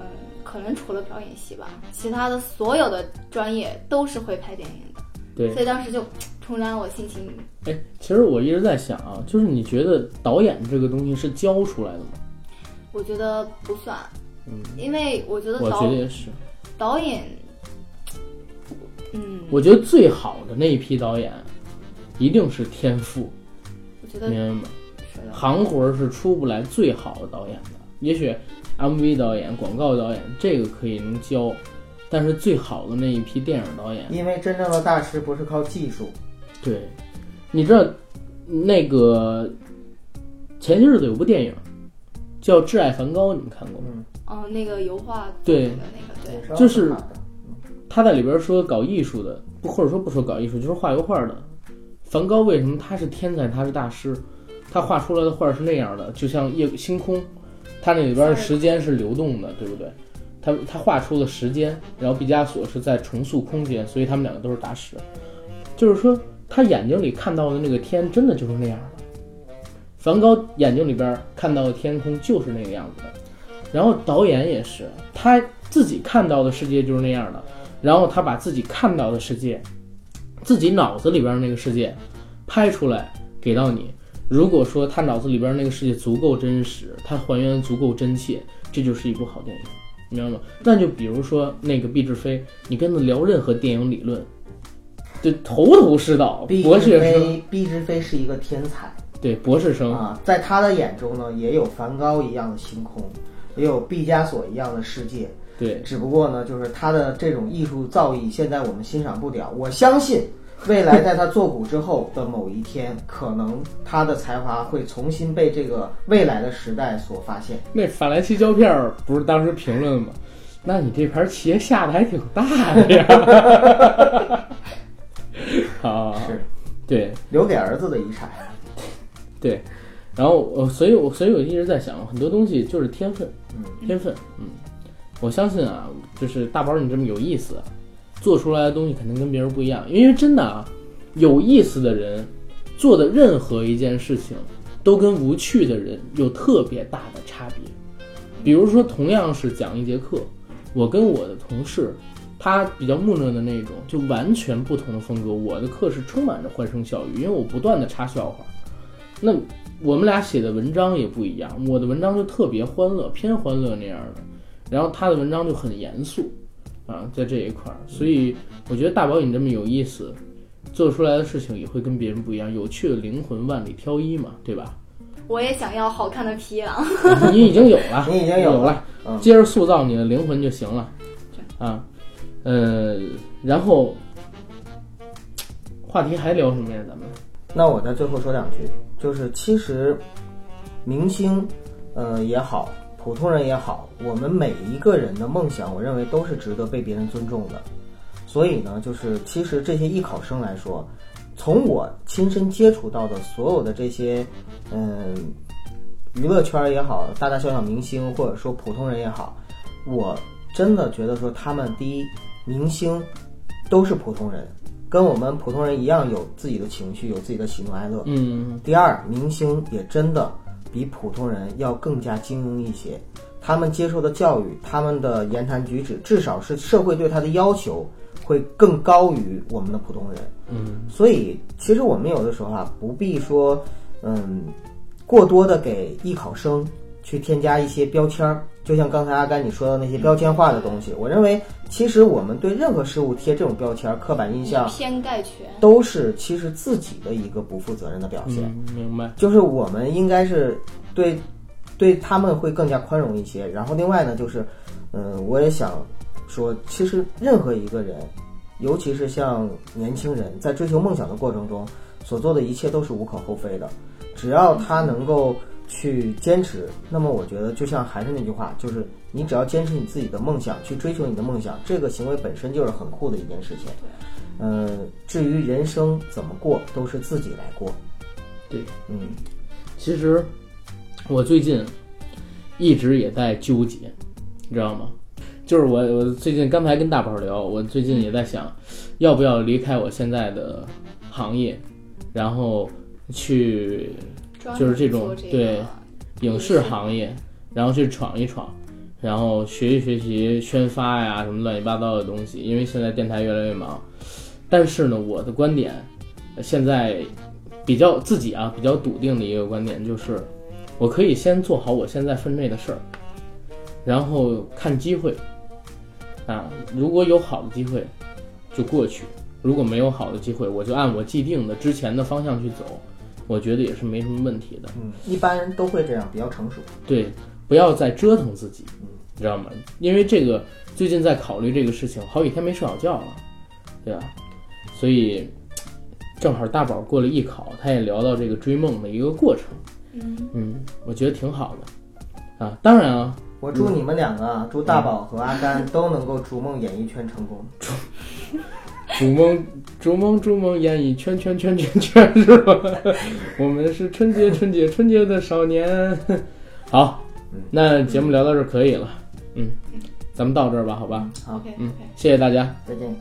嗯，可能除了表演系吧，其他的所有的专业都是会拍电影的。对所以当时就冲淡了我心情。哎，其实我一直在想啊，就是你觉得导演这个东西是教出来的吗？我觉得不算，嗯，因为我觉得我导觉得也是。导演，嗯，我觉得最好的那一批导演，一定是天赋，我觉得明白吗？是的，行活儿是出不来最好的导演的，也许 MV 导演、广告导演这个可以能教，但是最好的那一批电影导演，因为真正的大师不是靠技术，对，你知道那个前些日子有部电影叫《挚爱梵高》，你们看过吗？哦，那个油画对的那个，对，就是他在里边说搞艺术的，不或者说不说搞艺术，就是画油画的。梵高为什么他是天才，他是大师？他画出来的画是那样的，就像夜星空，他那里边的时间是流动的，对不对？他他画出了时间，然后毕加索是在重塑空间，所以他们两个都是大师。就是说，他眼睛里看到的那个天，真的就是那样的。梵高眼睛里边看到的天空就是那个样子的，然后导演也是，他自己看到的世界就是那样的，然后他把自己看到的世界，自己脑子里边的那个世界拍出来给到你。如果说他脑子里边那个世界足够真实，他还原得足够真切，这就是一部好电影，明白吗？那就比如说那个毕志飞，你跟他聊任何电影理论，就头头是道，毕博士志生，飞，毕志飞是一个天才对博士生，啊，在他的眼中呢，也有梵高一样的星空，也有毕加索一样的世界，对只不过呢，就是他的这种艺术造诣，现在我们欣赏不了。我相信，未来在他作古之后的某一天，可能他的才华会重新被这个未来的时代所发现。那法兰西胶片儿不是当时评论吗？那你这盘棋下的还挺大的呀。 好，是对留给儿子的遗产。对，然后我所以我所以我一直在想，很多东西就是天分，天分，嗯，我相信啊，就是大宝你这么有意思，做出来的东西肯定跟别人不一样，因为真的啊，有意思的人做的任何一件事情，都跟无趣的人有特别大的差别。比如说，同样是讲一节课，我跟我的同事，他比较木讷的那种，就完全不同的风格。我的课是充满着欢声笑语，因为我不断的插笑话。那我们俩写的文章也不一样，我的文章就特别欢乐，偏欢乐那样的，然后他的文章就很严肃，啊，在这一块儿，所以我觉得大宝你这么有意思，做出来的事情也会跟别人不一样，有趣的灵魂万里挑一嘛，对 吧？我也想要好看的皮囊。你已经有了，你已经有有了了，嗯接着塑造你的灵魂就行了，啊，呃，然后话题还聊什么呀？咱们那我在最后说两句，就是其实明星，呃也好，普通人也好，我们每一个人的梦想，我认为都是值得被别人尊重的。所以呢，就是其实这些艺考生来说，从我亲身接触到的所有的这些，嗯，娱乐圈也好，大大小小明星或者说普通人也好，我真的觉得说他们第一，明星都是普通人，跟我们普通人一样有自己的情绪，有自己的喜怒哀乐。嗯，第二，明星也真的比普通人要更加精英一些，他们接受的教育，他们的言谈举止，至少是社会对他的要求会更高于我们的普通人。嗯，所以其实我们有的时候啊，不必说，嗯，过多的给艺考生去添加一些标签儿。就像刚才阿甘你说的那些标签化的东西，我认为其实我们对任何事物贴这种标签儿、刻板印象以，偏概全。都是其实自己的一个不负责任的表现。嗯明白，就是我们应该是对对他们会更加宽容一些。然后另外呢，就是嗯，我也想说，其实任何一个人，尤其是像年轻人，在追求梦想的过程中，所做的一切都是无可厚非的。只要他能够去坚持，那么我觉得就像还是那句话，就是你只要坚持你自己的梦想，去追求你的梦想，这个行为本身就是很酷的一件事情。嗯，至于人生怎么过，都是自己来过。对。嗯，其实我最近一直也在纠结，你知道吗？就是我我最近刚才跟大宝聊，我最近也在想，要不要离开我现在的行业，然后去专就是门这种做这对个影视行业，然后去闯一闯，然后学习学习宣发呀什么乱七八糟的东西，因为现在电台越来越忙。但是呢，我的观点，呃现在比较自己啊比较笃定的一个观点就是，我可以先做好我现在分内的事儿，然后看机会，啊，如果有好的机会就过去，如果没有好的机会，我就按我既定的之前的方向去走，我觉得也是没什么问题的。嗯，一般人都会这样，比较成熟。对，不要再折腾自己，你知道吗？因为这个最近在考虑这个事情，好几天没睡好觉了，对吧？所以正好大宝过了艺考，他也聊到这个追梦的一个过程。嗯，嗯，我觉得挺好的啊。当然啊，我祝你们两个啊，祝大宝和阿甘都能够逐梦演艺圈成功。逐梦逐梦逐梦演艺圈圈圈圈圈是吧？我们是春节春节春节的少年。好，那节目聊到这儿可以了。嗯，咱们到这儿吧，好吧？好 OK，OK 谢谢大家。再见。